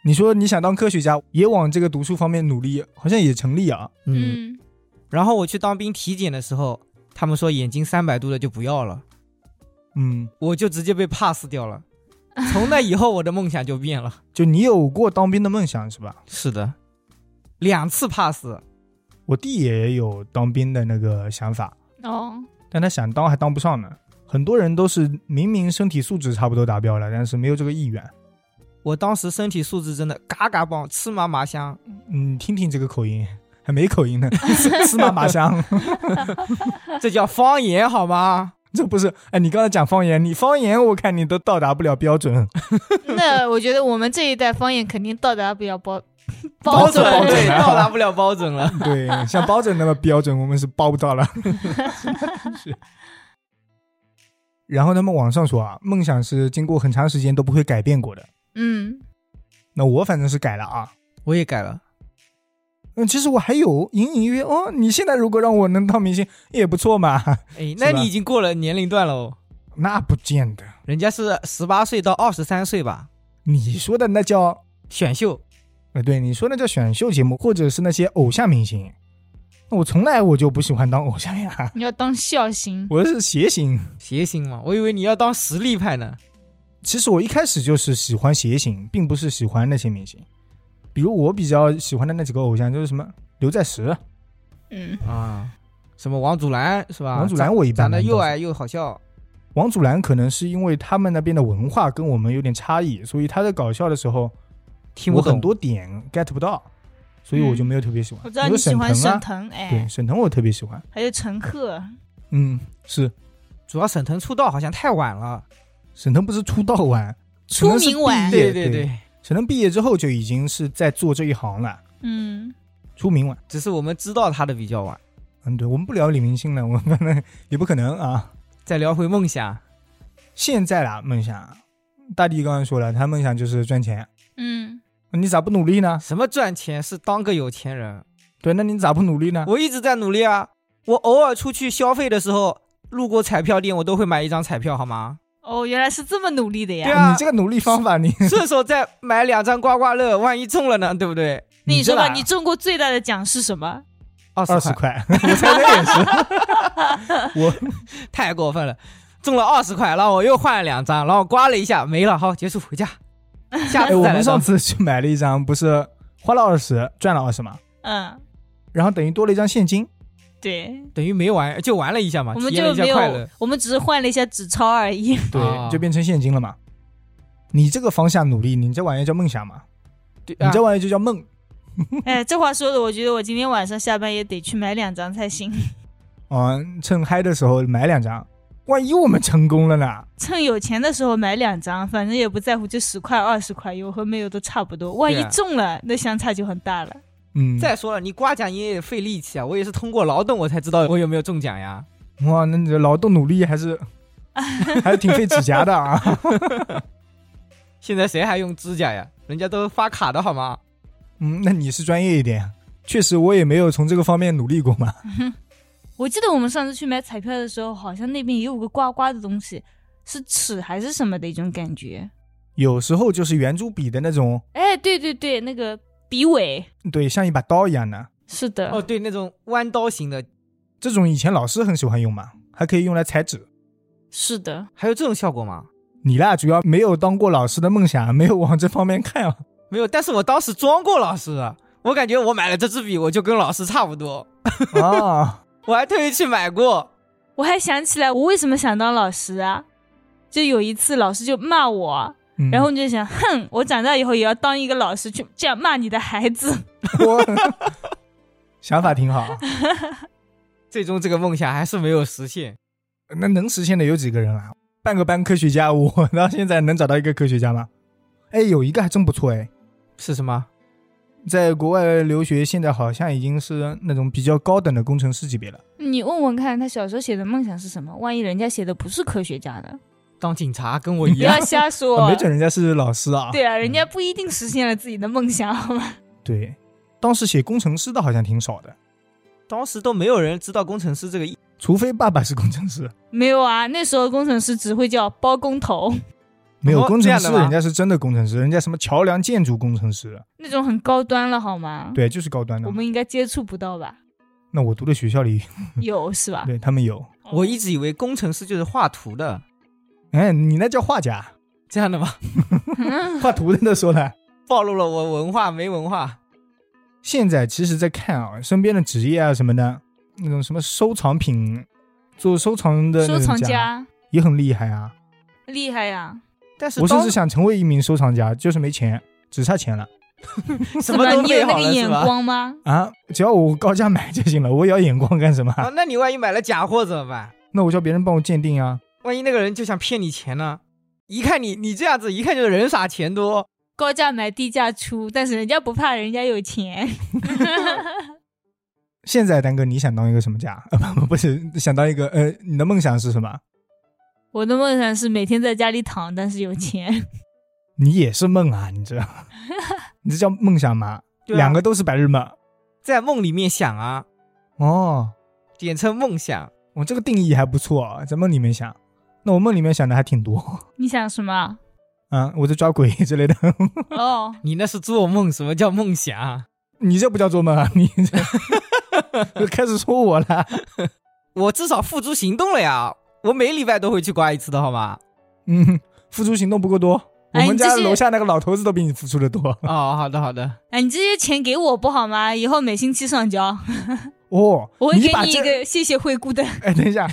Speaker 1: 你说你想当科学家，也往这个读书方面努力，好像也成立啊。
Speaker 2: 嗯，
Speaker 3: 然后我去当兵体检的时候，他们说眼睛三百度的就不要了，
Speaker 1: 嗯，
Speaker 3: 我就直接被 pass 掉了。从那以后，我的梦想就变了。
Speaker 1: 就你有过当兵的梦想是吧？
Speaker 3: *laughs* 是的，两次 pass。
Speaker 1: 我弟也有当兵的那个想法， *laughs*
Speaker 2: 哦，
Speaker 1: 但他想当还当不上呢。很多人都是明明身体素质差不多达标了，但是没有这个意愿。
Speaker 3: 我当时身体素质真的嘎嘎棒，吃嘛嘛
Speaker 1: *laughs*
Speaker 3: 香。
Speaker 1: 嗯，听听这个口音，还没口音呢，司马马香，
Speaker 3: 这叫方言好吗？
Speaker 1: 这不是？哎，你刚才讲方言，你方言我看你都到达不了标准。
Speaker 2: 那我觉得我们这一代方言肯定到达不了包包
Speaker 1: *laughs* 包准包准 *laughs*
Speaker 3: 对，到达不了包准了。
Speaker 1: 对，像包拯那么标准，我们是包不到了。是。然后他们网上说啊，梦想是经过很长时间都不会改变过的。
Speaker 2: 嗯，
Speaker 1: 那我反正是改了啊。
Speaker 3: 我也改了，
Speaker 1: 嗯，其实我还有隐隐约哦，你现在如果让我能当明星也不错嘛。 *laughs*
Speaker 3: 哎，
Speaker 1: 是
Speaker 3: 那
Speaker 1: 吧
Speaker 3: 你已经过了年龄段了哦，
Speaker 1: 那不见得，
Speaker 3: 人家是十八岁到二十三岁吧，
Speaker 1: 你说的那叫
Speaker 3: 选秀。
Speaker 1: 呃，对，你说那叫选秀节目，或者是那些偶像明星。那我从来我就不喜欢当偶像呀， *laughs*
Speaker 2: 你要当孝心。
Speaker 1: 我是谐星。
Speaker 3: 谐星嘛，我以为你要当实力派呢。
Speaker 1: 其实我一开始就是喜欢谐星，并不是喜欢那些明星。比如我比较喜欢的那几个偶像就是什么刘在石、
Speaker 2: 嗯，
Speaker 3: 啊，什么王祖蓝是吧？
Speaker 1: 王祖蓝，我一般
Speaker 3: 长得
Speaker 1: 蛮
Speaker 3: 又
Speaker 1: 倒是
Speaker 3: 矮又好笑，
Speaker 1: 王祖蓝可能是因为他们那边的文化跟我们有点差异，所以他在搞笑的时候，
Speaker 3: 听
Speaker 1: 我
Speaker 3: 不懂
Speaker 1: 很多点 get 不到，所以我就没有特别喜欢。
Speaker 2: 我知道
Speaker 1: 比如
Speaker 2: 你喜欢
Speaker 1: 沈
Speaker 2: 沈
Speaker 1: 腾啊，
Speaker 2: 腾，
Speaker 1: 对
Speaker 2: 哎，
Speaker 1: 沈腾我特别喜欢。
Speaker 2: 还有陈赫，
Speaker 1: 嗯，是
Speaker 3: 主要沈腾出道好像太晚了。
Speaker 1: 沈腾不是出道晚，
Speaker 2: 出名
Speaker 1: 可能是
Speaker 2: 晚
Speaker 1: 毕业
Speaker 3: 对
Speaker 1: 对，沈腾毕业之后就已经是在做这一行了，
Speaker 2: 嗯，
Speaker 1: 出名晚。
Speaker 3: 只是我们知道他的比较晚。
Speaker 1: 嗯，对，我们不聊李明星了，我们可能也不可能啊。
Speaker 3: 再聊回梦想，
Speaker 1: 现在啦，梦想，大地刚刚说了，他梦想就是赚钱，
Speaker 2: 嗯，
Speaker 1: 你咋不努力呢？
Speaker 3: 什么赚钱是当个有钱人？
Speaker 1: 对，那你咋不努力 *laughs* 呢？
Speaker 3: 我一直在努力啊。我偶尔出去消费的时候，路过彩票店，我都会买一张彩票，
Speaker 1: *laughs*
Speaker 3: 好吗？
Speaker 2: 哦，原来是这么努力的
Speaker 3: 对
Speaker 2: 呀。
Speaker 3: 啊
Speaker 1: 你这个努力方法，你
Speaker 3: 顺手再买两张刮刮乐，万一中了呢，对不对？
Speaker 2: 那你说吧，
Speaker 1: 这
Speaker 2: 你中过最大的奖是什么？
Speaker 3: 二
Speaker 1: 二
Speaker 3: 十
Speaker 1: 十
Speaker 3: 块
Speaker 1: 块，我猜这也是。我
Speaker 3: 太过分了，中了二十块，然后我又换了两张，然后刮了一下没了，好，结束
Speaker 1: *laughs*
Speaker 3: 回家。下
Speaker 1: 哎，
Speaker 3: 次
Speaker 1: 我
Speaker 3: *laughs* 再来
Speaker 1: 们上
Speaker 3: 中。
Speaker 1: 次去买了一张，不是花了二十，赚了二十嘛，
Speaker 2: 嗯，
Speaker 1: 然后等于多了一张现金。
Speaker 2: 对，
Speaker 3: 等于没玩，就玩了一下嘛，
Speaker 2: 我们
Speaker 3: 体验了
Speaker 2: 就
Speaker 3: 一
Speaker 2: 没
Speaker 3: 下快乐
Speaker 2: 有。，我们只是换了一下纸钞而
Speaker 3: *laughs*
Speaker 2: 已。
Speaker 1: 对，
Speaker 3: 啊
Speaker 1: 就变成现金了嘛。你这个方向努力，你这玩意儿叫梦想嘛？
Speaker 3: 对
Speaker 1: 你
Speaker 3: 啊
Speaker 1: 这，玩意儿就叫梦。
Speaker 2: 哎，这话说的，我觉得我今天晚上下班也得去买两张才行，
Speaker 1: 嗯，趁嗨的时候买两张，万一我们成功了呢？
Speaker 2: 趁有钱的时候买两张，反正也不在乎这十块二十块，有和没有都差不多。万一
Speaker 3: 对啊
Speaker 2: 中了，那相差就很大了。
Speaker 1: 嗯，
Speaker 3: 再说了，你刮奖你也费力气啊，我也是通过劳动我才知道我有没有中奖呀。
Speaker 1: 哇，那你的劳动努力还
Speaker 3: *laughs*
Speaker 1: 是还是挺费指甲的啊。 *laughs*
Speaker 3: 现在谁还用指甲呀？人家都发卡的
Speaker 1: *laughs*
Speaker 3: 好吗？
Speaker 1: 嗯，那你是专业一点，确实我也没有从这个方面努力过嘛。
Speaker 2: 我记得我们上次去买彩票的时候，好像那边也有个刮刮的东西，是尺还是什么的一种感觉。
Speaker 1: 有时候就是圆珠笔的那种，
Speaker 2: 哎，对对对，那个笔尾，
Speaker 1: 对，像一把刀一样的，
Speaker 2: 是的，
Speaker 3: 哦，对，那种弯刀型的，
Speaker 1: 这种以前老师很喜欢用嘛，还可以用来裁纸。
Speaker 2: 是的，
Speaker 3: 还有这种效果吗？
Speaker 1: 你啦，主要没有当过老师的梦想，没有往这方面看啊。
Speaker 3: 没有，但是我当时装过老师啊，我感觉我买了这支笔，我就跟老师差不多，
Speaker 1: 啊，
Speaker 3: 我还特意去买过。
Speaker 2: 我还想起来我为什么想当老师啊？就有一次老师就骂我，
Speaker 1: *laughs* 嗯
Speaker 2: 然后你就想，哼，我长大以后也要当一个老师，去这样骂你的孩子。
Speaker 1: 我 *laughs* 想法挺好，
Speaker 3: 最终这个梦想还是没有实现。
Speaker 1: 那能实现的有几个人啊？半个班科学家，我到现在能找到一个科学家吗？哎，有一个还真不错哎，
Speaker 3: 是什么？
Speaker 1: 在国外留学，现在好像已经是那种比较高等的工程师级别了。
Speaker 2: 你问问看，他小时候写的梦想是什么？万一人家写的不是科学家呢？
Speaker 3: 当警察跟我
Speaker 2: *laughs*
Speaker 3: 一
Speaker 2: 不 *laughs* 要，
Speaker 3: 样
Speaker 2: 瞎
Speaker 1: 啊
Speaker 2: 说
Speaker 1: 没。准人家是老师啊。
Speaker 2: 对啊，人家不一定实现了自己的梦想，好吗？ *laughs*
Speaker 1: 对，当时写工程师的好像挺少的，
Speaker 3: 当时都没有人知道工程师这个意。
Speaker 1: 除非爸爸是工程师，
Speaker 2: 没有啊，那时候工程师只会叫包工头，
Speaker 1: 没有
Speaker 3: 哦
Speaker 1: 工
Speaker 3: 这
Speaker 1: 程
Speaker 3: 样的
Speaker 1: 师，
Speaker 3: 吗嗯
Speaker 1: 人家是真的工程师，人家什么桥梁建筑工程师，
Speaker 2: 那种很高端了，好吗？
Speaker 1: 对，就是高端的
Speaker 2: 我。们应该接触不到 *laughs* 吧？
Speaker 1: 那我读的学校
Speaker 3: *laughs*
Speaker 1: 里，
Speaker 2: 有是吧？
Speaker 1: 对他们有。
Speaker 3: 我一直以为工程师就是画图的，
Speaker 1: 哎，你那叫画家，
Speaker 3: 这样的吗？
Speaker 2: 嗯
Speaker 3: 嗯
Speaker 1: 画图的都说了。
Speaker 3: 暴露了我文化没文化。
Speaker 1: 现在其实，在看啊，身边的职业啊什么的，那种什么收藏品，做收藏的那
Speaker 2: 收
Speaker 1: 种
Speaker 2: 藏
Speaker 1: 家
Speaker 2: 家
Speaker 1: 也很厉害啊。
Speaker 2: 厉害呀、
Speaker 3: 但是
Speaker 1: 我甚
Speaker 3: 当
Speaker 1: 至想成为一名收藏家，就是没钱，只差钱了
Speaker 3: 什
Speaker 2: 是
Speaker 3: 么
Speaker 2: 吧？
Speaker 3: 都
Speaker 2: 你
Speaker 3: 备
Speaker 2: 有那
Speaker 3: 好
Speaker 2: 个
Speaker 3: 了
Speaker 2: 眼
Speaker 3: 是吧？
Speaker 2: 光吗？
Speaker 1: 啊！只要我高价买就行了，我要眼光干什么？
Speaker 3: 啊，那你万一买了假货怎么办？
Speaker 1: 那我叫别人帮我鉴定啊。
Speaker 3: 万一那个人就想骗你钱呢？一看你你这样子，一看就是人傻钱多。
Speaker 2: 高价买低价出，但是人家不怕，人家有钱。
Speaker 1: 现在丹哥，你想当一个什么家？ *laughs* 呃、不，不是想当一个呃，你的梦想是什么？
Speaker 2: *laughs* 我的梦想是每天在家里躺，但是有钱。
Speaker 1: 你也是梦啊，你这，你这叫梦想吗？
Speaker 3: 对啊
Speaker 1: 两个都是白日梦
Speaker 3: 在梦里面想啊，
Speaker 1: 哦。
Speaker 3: 简称梦想。
Speaker 1: 我这个定义还不错啊，在梦里面想，那我梦里面想的还挺多。
Speaker 2: *laughs* 你想什 *laughs* 么？
Speaker 1: 嗯，我在抓鬼之类的。 *laughs*
Speaker 2: 哦，
Speaker 3: 你那是做梦，什么叫梦想？
Speaker 1: 你这不叫做梦啊！你这
Speaker 2: *laughs*
Speaker 1: 又开始说我了。
Speaker 3: 我至少付诸 *laughs* 行动了呀！我每礼拜都会去刮一次的好吗？
Speaker 1: 嗯，付出行动不够多。我
Speaker 2: 哎
Speaker 1: 们
Speaker 2: 你这
Speaker 1: 家
Speaker 2: 是
Speaker 1: 楼下那个老头子都比你付出的多
Speaker 3: 哦，好的好的，
Speaker 2: 哎，你这些钱给我不好吗？以后每星期上 *laughs* 交，
Speaker 1: 哦。
Speaker 2: 我会给
Speaker 1: 把
Speaker 2: 你一
Speaker 1: 这
Speaker 2: 个谢谢惠顾 *laughs* 的。
Speaker 1: 哎，等一下，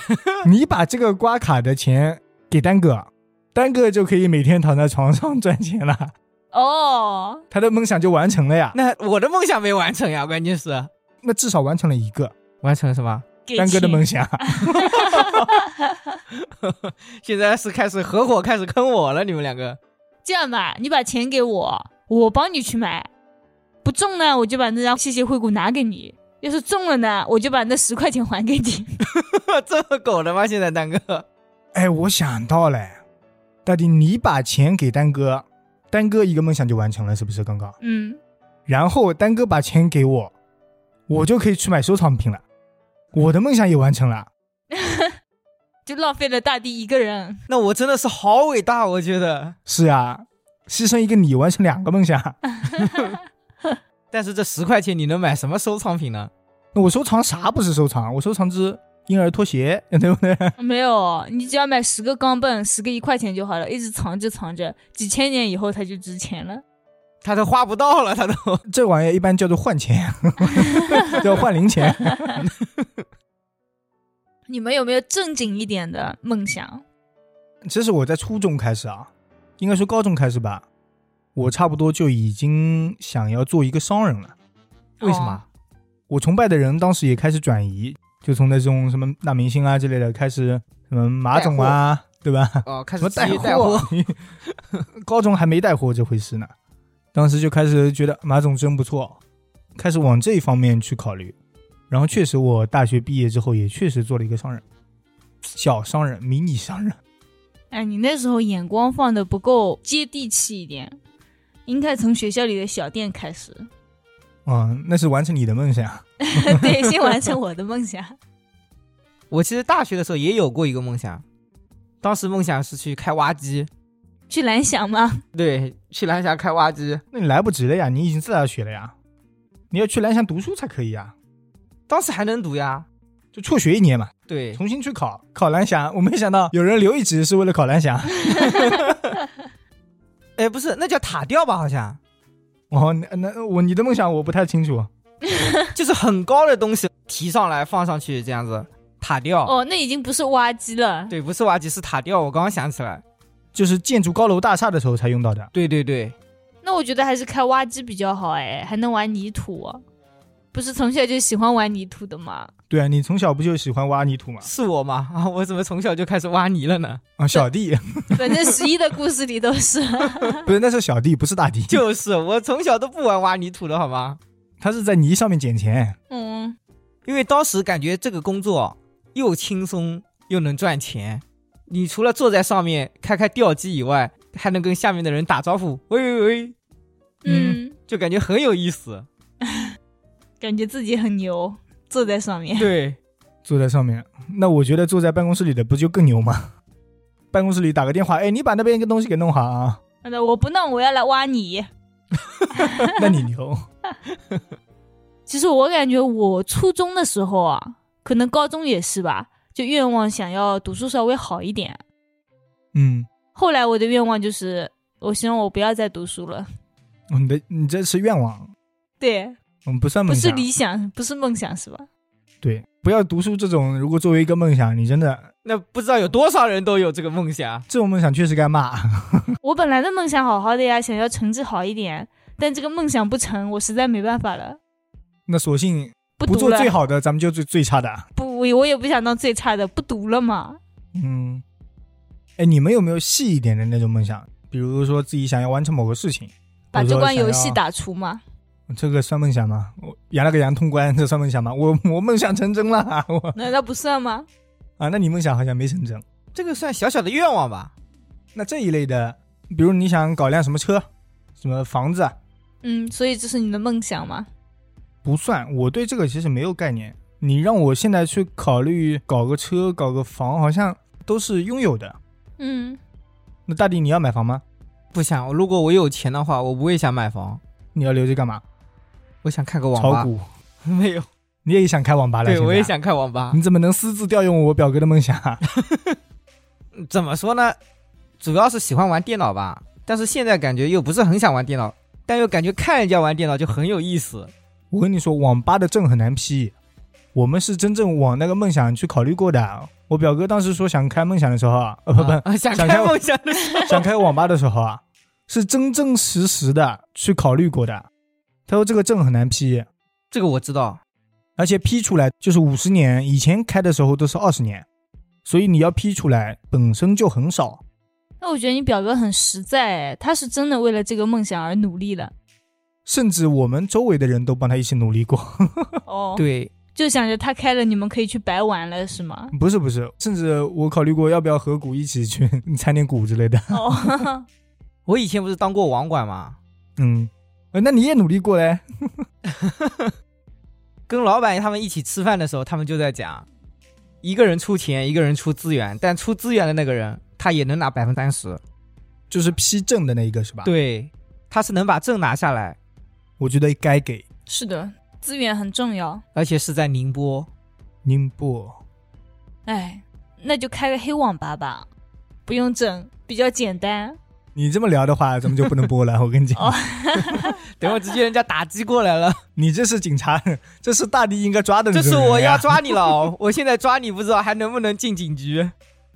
Speaker 1: 你把这个刮卡的钱给丹哥，丹哥就可以每天躺在床上赚钱了，
Speaker 2: 哦，
Speaker 1: 他的梦想就完成了呀。
Speaker 3: 那我的梦想没完成呀，关键是
Speaker 1: 那至少完成了一个
Speaker 3: 完成了什么？
Speaker 2: 给
Speaker 1: 丹哥的
Speaker 2: 钱
Speaker 1: 梦想。 *laughs*
Speaker 3: 现在是开始合伙开始坑我了，你们两个 *laughs*
Speaker 2: 这样吧，你把钱给我，我帮你去买。不中呢，我就把那张谢谢惠顾拿给你；要是中了呢，我就把那十块钱还给你。
Speaker 3: 这么狗的吗？现在丹哥，
Speaker 1: 哎，我想到了，大弟，你把钱给丹哥，丹哥一个梦想就完成了，是不是？刚刚，
Speaker 2: 嗯，
Speaker 1: 然后丹哥把钱给我，我就可以去买收藏品了，我的梦想也完成了。
Speaker 2: *laughs* 就浪费了大地一个人。
Speaker 3: 那我真的是好伟大，我觉得。
Speaker 1: 是啊，牺牲一个你，完成两个梦想。
Speaker 3: 但是这十块钱你能买什么收藏品呢？
Speaker 1: 那我收藏啥不是收藏？我收藏只婴儿拖鞋，对不对？
Speaker 2: 没有，你只要买十个钢镚，十个一块钱就好了，一直藏着藏着，几千年以后它就值钱了。
Speaker 3: 他都花不到了，他都。
Speaker 1: 这玩意儿一般叫做换钱，叫换零钱。
Speaker 2: 你们有没有正经一点的梦想？
Speaker 1: 这是我在初中开始啊，应该说高中开始吧，我差不多就已经想要做一个商人了。
Speaker 3: 为什
Speaker 2: 哦
Speaker 3: 么？
Speaker 1: 我崇拜的人当时也开始转移，就从那种什么大明星啊之类的开始，什么马总啊，对吧？
Speaker 3: 哦，开
Speaker 1: 什
Speaker 3: 始
Speaker 1: 么
Speaker 3: 直接
Speaker 1: 带
Speaker 3: 带货，
Speaker 1: *laughs* 高中还没带货这回事呢，当时就开始觉得马总真不错，开始往这一方面去考虑。然后确实，我大学毕业之后也确实做了一个商人，小商人、迷你商人。
Speaker 2: 哎，你那时候眼光放的不够接地气一点，应该从学校里的小店开始。 *laughs*
Speaker 1: 嗯，那是完成你的梦想。
Speaker 2: 对，先完成我的梦想。
Speaker 3: 我其实大学的时候也有过一个梦想，当时梦想是去开挖机，
Speaker 2: 去蓝翔吗？
Speaker 3: 对，去蓝翔开挖机。
Speaker 1: 那你来不及了呀，你已经在大学了呀，你要去蓝翔读书才可以呀，
Speaker 3: 当时还能读呀，
Speaker 1: 就辍学一年嘛，
Speaker 3: 对，
Speaker 1: 重新去考考蓝翔。我没想到有人留一职是为了考蓝翔。
Speaker 3: 哎，不是，那叫塔吊吧？好像
Speaker 1: 哦，那那我你的梦想我不太清楚。
Speaker 3: 就是很高的东西提上来放上去这样子，塔吊。
Speaker 2: 哦，那已经不是挖机了。
Speaker 3: 对，不是挖机，是塔吊。我刚刚想起来，
Speaker 1: 就是建筑高楼大厦的时候才用到的。
Speaker 3: 对对对，
Speaker 2: 那我觉得还是开挖机比较好哎，还能玩泥土、啊不是从小就喜欢玩泥土的吗？
Speaker 1: 对啊，你从小不就喜欢挖泥土吗？
Speaker 3: 是我吗？ *laughs* 啊，我怎么从小就开始挖泥了呢？
Speaker 1: 啊，小弟
Speaker 2: 反正十一的故事里都是。 *laughs*
Speaker 1: 不是，那是小弟，不是大弟，
Speaker 3: 就是我从小都不玩挖泥土的好吗？
Speaker 1: 他是在泥上面捡钱。
Speaker 2: 嗯，
Speaker 3: 因为当时感觉这个工作又轻松又能赚钱，你除了坐在上面开开吊机以外，还能跟下面的人打招呼，喂喂喂，
Speaker 2: 嗯，
Speaker 3: 就感觉很有意思。
Speaker 2: 感觉自己很牛，坐在上面。 *laughs*
Speaker 3: 对，
Speaker 1: 坐在上面，那我觉得坐在办公室里的不就更牛吗？办公室里打个电话，哎，你把那边一个东西给弄好啊， *laughs*
Speaker 2: 那我不弄，我要来挖你。
Speaker 1: 那你牛。
Speaker 2: 其实我感觉我初中的时候啊，可能高中也是吧，就愿望想要读书稍微好一点。
Speaker 1: 嗯，
Speaker 2: 后来我的愿望就是，我希望我不要再读书了。
Speaker 1: 哦你的你这是愿望，
Speaker 2: 对，
Speaker 1: 嗯，不算
Speaker 2: 不
Speaker 1: 梦
Speaker 2: 是
Speaker 1: 想。
Speaker 2: 理想，不是梦想，是吧？
Speaker 1: 对，不要读书这种，如果作为一个梦想，你真的
Speaker 3: 那不知道有多少人都有这个梦想。
Speaker 1: 这种梦想确实该骂。 *laughs*
Speaker 2: 我本来的梦想好好的呀，想要成绩好一点，但这个梦想不成，我实在没办法了，
Speaker 1: 那索性
Speaker 2: 不
Speaker 1: 不
Speaker 2: 读
Speaker 1: 做
Speaker 2: 了。
Speaker 1: 最好的，咱们就最最差的。
Speaker 2: 不，我我也不想当最差的，不读了嘛。
Speaker 1: 嗯，哎，你们有没有细一点的那种梦想？比如说自己想要完成某个事情，
Speaker 2: 把
Speaker 1: 或者
Speaker 2: 这
Speaker 1: 说
Speaker 2: 关
Speaker 1: 想
Speaker 2: 游戏
Speaker 1: 要
Speaker 2: 打除嘛。
Speaker 1: 这个算梦想吗？我养了个羊通关，这算梦想吗？ *laughs* 我我梦想成真了 *laughs* 啊！我
Speaker 2: 难道不算吗？
Speaker 1: 啊，那你梦想好像没成真。
Speaker 3: 这个算小小的愿望吧，
Speaker 1: 那这一类的，比如你想搞辆什么车，什么房子，啊
Speaker 2: 嗯，所以这是你的梦想吗？
Speaker 1: 不算。我对这个其实没有概念。你让我现在去考虑搞个车、搞个房，好像都是拥有的。
Speaker 2: 嗯，
Speaker 1: 那大弟，你要买房吗？
Speaker 3: 不想。如果我有钱的话，我不会想买房，
Speaker 1: 你要留着干嘛？
Speaker 3: 我想开个网吧。
Speaker 1: 炒股。
Speaker 3: 没有，
Speaker 1: 你也想开网吧了？
Speaker 3: 对
Speaker 1: 现在啊
Speaker 3: 我也。想开网吧。
Speaker 1: 你怎么能私自调用我表哥的梦想啊？ *laughs*
Speaker 3: 怎么说呢？主要是喜欢玩电脑吧，但是现在感觉又不是很想玩电脑，但又感觉看人家玩电脑就很有意思。
Speaker 1: 我跟你说，网吧的证很难批，我们是真正往那个梦想去考虑过的。我表哥当时说想开梦想的时候啊，呃， *laughs* 不不，
Speaker 3: 啊，想
Speaker 1: 想
Speaker 3: 开
Speaker 1: 开
Speaker 3: 梦想的时候，
Speaker 1: 想开网吧的时候啊，是真真实实的去考虑过的。他说这个证很难批，
Speaker 3: 这个我知道。
Speaker 1: 而且批出来就是五十年，以前开的时候都是二十年，所以你要批出来本身就很少。
Speaker 2: 那我觉得你表哥很实在，哎，他是真的为了这个梦想而努力了。
Speaker 1: 甚至我们周围的人都帮他一起努力过，
Speaker 2: *laughs*
Speaker 1: *laughs*
Speaker 2: 哦，
Speaker 3: 对，
Speaker 2: 就想着他开了，你们可以去白玩了，是吗？
Speaker 1: 不是不是，甚至我考虑过要不要和股一起去参点股之类的。
Speaker 2: *laughs*
Speaker 1: *laughs*
Speaker 2: 哦，
Speaker 3: 我以前不是当过网管嘛，
Speaker 1: 嗯，呃那你也努力过嘞？
Speaker 3: 跟老板他们一起吃饭的时候，他们就在讲，一个人出钱，一个人出资源，但出资源的那个人他也能拿百分之三十，
Speaker 1: 就是批证的那一个是吧？，
Speaker 3: 对，他是能把证拿下来，
Speaker 1: 我觉得该给
Speaker 2: 是的，资源很重要。
Speaker 3: 而且是在宁波。
Speaker 1: 宁波。
Speaker 2: 哎，那就开个黑网吧吧，不用整，比较简单。
Speaker 1: 你这么聊的话，咱们就不能播
Speaker 3: *laughs*
Speaker 1: 了。我跟你讲，
Speaker 2: 哦
Speaker 3: *laughs* 等会儿直接人家打击过来了，
Speaker 1: 你这是警察，这是大地应该抓的那
Speaker 3: *laughs* 这
Speaker 1: 种人
Speaker 3: 是
Speaker 1: 呀。
Speaker 3: 我要抓你了 *laughs* 哦，我现在抓你不知道还能不能进警局。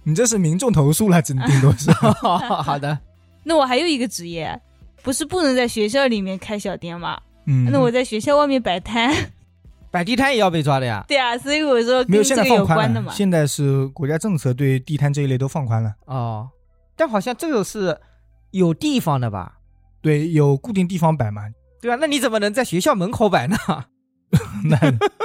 Speaker 1: 你这是民众投诉了，顶顶多是。
Speaker 3: *laughs* 哦好的，
Speaker 2: 那我还有一个职业，不是不能在学校里面开小店吗？
Speaker 1: 嗯，
Speaker 2: 那我在学校外面摆摊， *laughs*
Speaker 3: 摆地摊也要被抓的呀。
Speaker 2: 对啊，所以我
Speaker 1: *laughs*
Speaker 2: 说
Speaker 1: 没
Speaker 2: 跟
Speaker 1: 有现
Speaker 2: 这
Speaker 1: 在
Speaker 2: 个
Speaker 1: 放
Speaker 2: 有
Speaker 1: 宽
Speaker 2: 关
Speaker 1: 了
Speaker 2: 的嘛。
Speaker 1: 现在是国家政策对地摊这一类都放宽了，
Speaker 3: 哦，但好像这个是有地方的吧？
Speaker 1: 对，有固定地方摆嘛， *laughs*
Speaker 3: 对啊，那你怎么能在学校门口摆呢？
Speaker 1: 那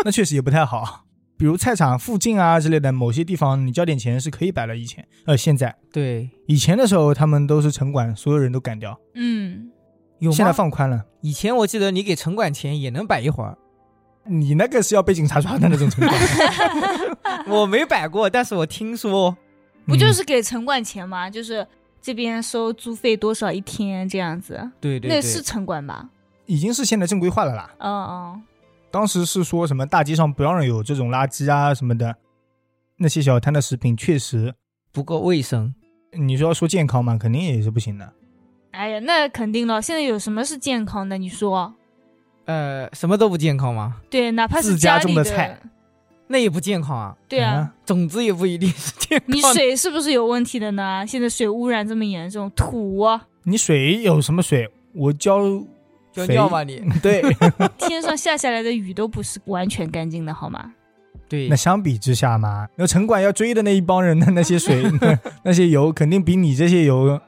Speaker 1: 那确实也不太好。比如菜场附近啊之类的某些地方，你交点钱是可以摆了。以前，呃，现在
Speaker 3: *laughs* 对，
Speaker 1: 以前的时候，他们都是城管，所有人都赶掉，
Speaker 2: 嗯，
Speaker 3: 有吗？
Speaker 1: 现在放宽了。
Speaker 3: 以前我记得你给城管钱也能摆一 *laughs* 会儿，
Speaker 1: 你那个是要被警察抓的那种城管，
Speaker 3: 我没摆过，但是我听说，
Speaker 2: *laughs* 不就
Speaker 1: 嗯
Speaker 2: 是给城管钱吗？就是这边收租费多少一天这样子，
Speaker 3: 对对
Speaker 2: 那
Speaker 3: 对，
Speaker 2: 是城管吧？
Speaker 1: 已经是现在正规化了啦。
Speaker 2: 嗯嗯，
Speaker 1: 当时是说什么大街上不让有这种垃圾啊什么的，那些小摊的食品确实，
Speaker 3: 不够卫生。
Speaker 1: 你说要说健康嘛，肯定也是不行的。
Speaker 2: 哎呀，那肯定了。现在有什么是健康的？你说，
Speaker 3: 呃，什么都不健康吗？
Speaker 2: 对，哪怕
Speaker 1: 自
Speaker 2: 是
Speaker 1: 家
Speaker 2: 里
Speaker 1: 种的菜
Speaker 3: 那也不健康啊，
Speaker 2: 对
Speaker 1: 嗯
Speaker 2: 啊，
Speaker 1: 哦
Speaker 3: 种子也不一定是健康的。
Speaker 2: 你水是不是有问题的呢？现在水污染这么严重，土、啊、
Speaker 1: 你水有什么水？我浇
Speaker 3: *laughs* 就
Speaker 1: 肥
Speaker 3: 尿吗你？
Speaker 1: 对，
Speaker 2: 天上下下来的雨都不是完全干净的，好吗？
Speaker 1: *laughs*
Speaker 3: 对
Speaker 1: 那，相比之下嘛，那城管要追的那一帮人的那 *laughs* 些水、那那些油，肯定比你这些油。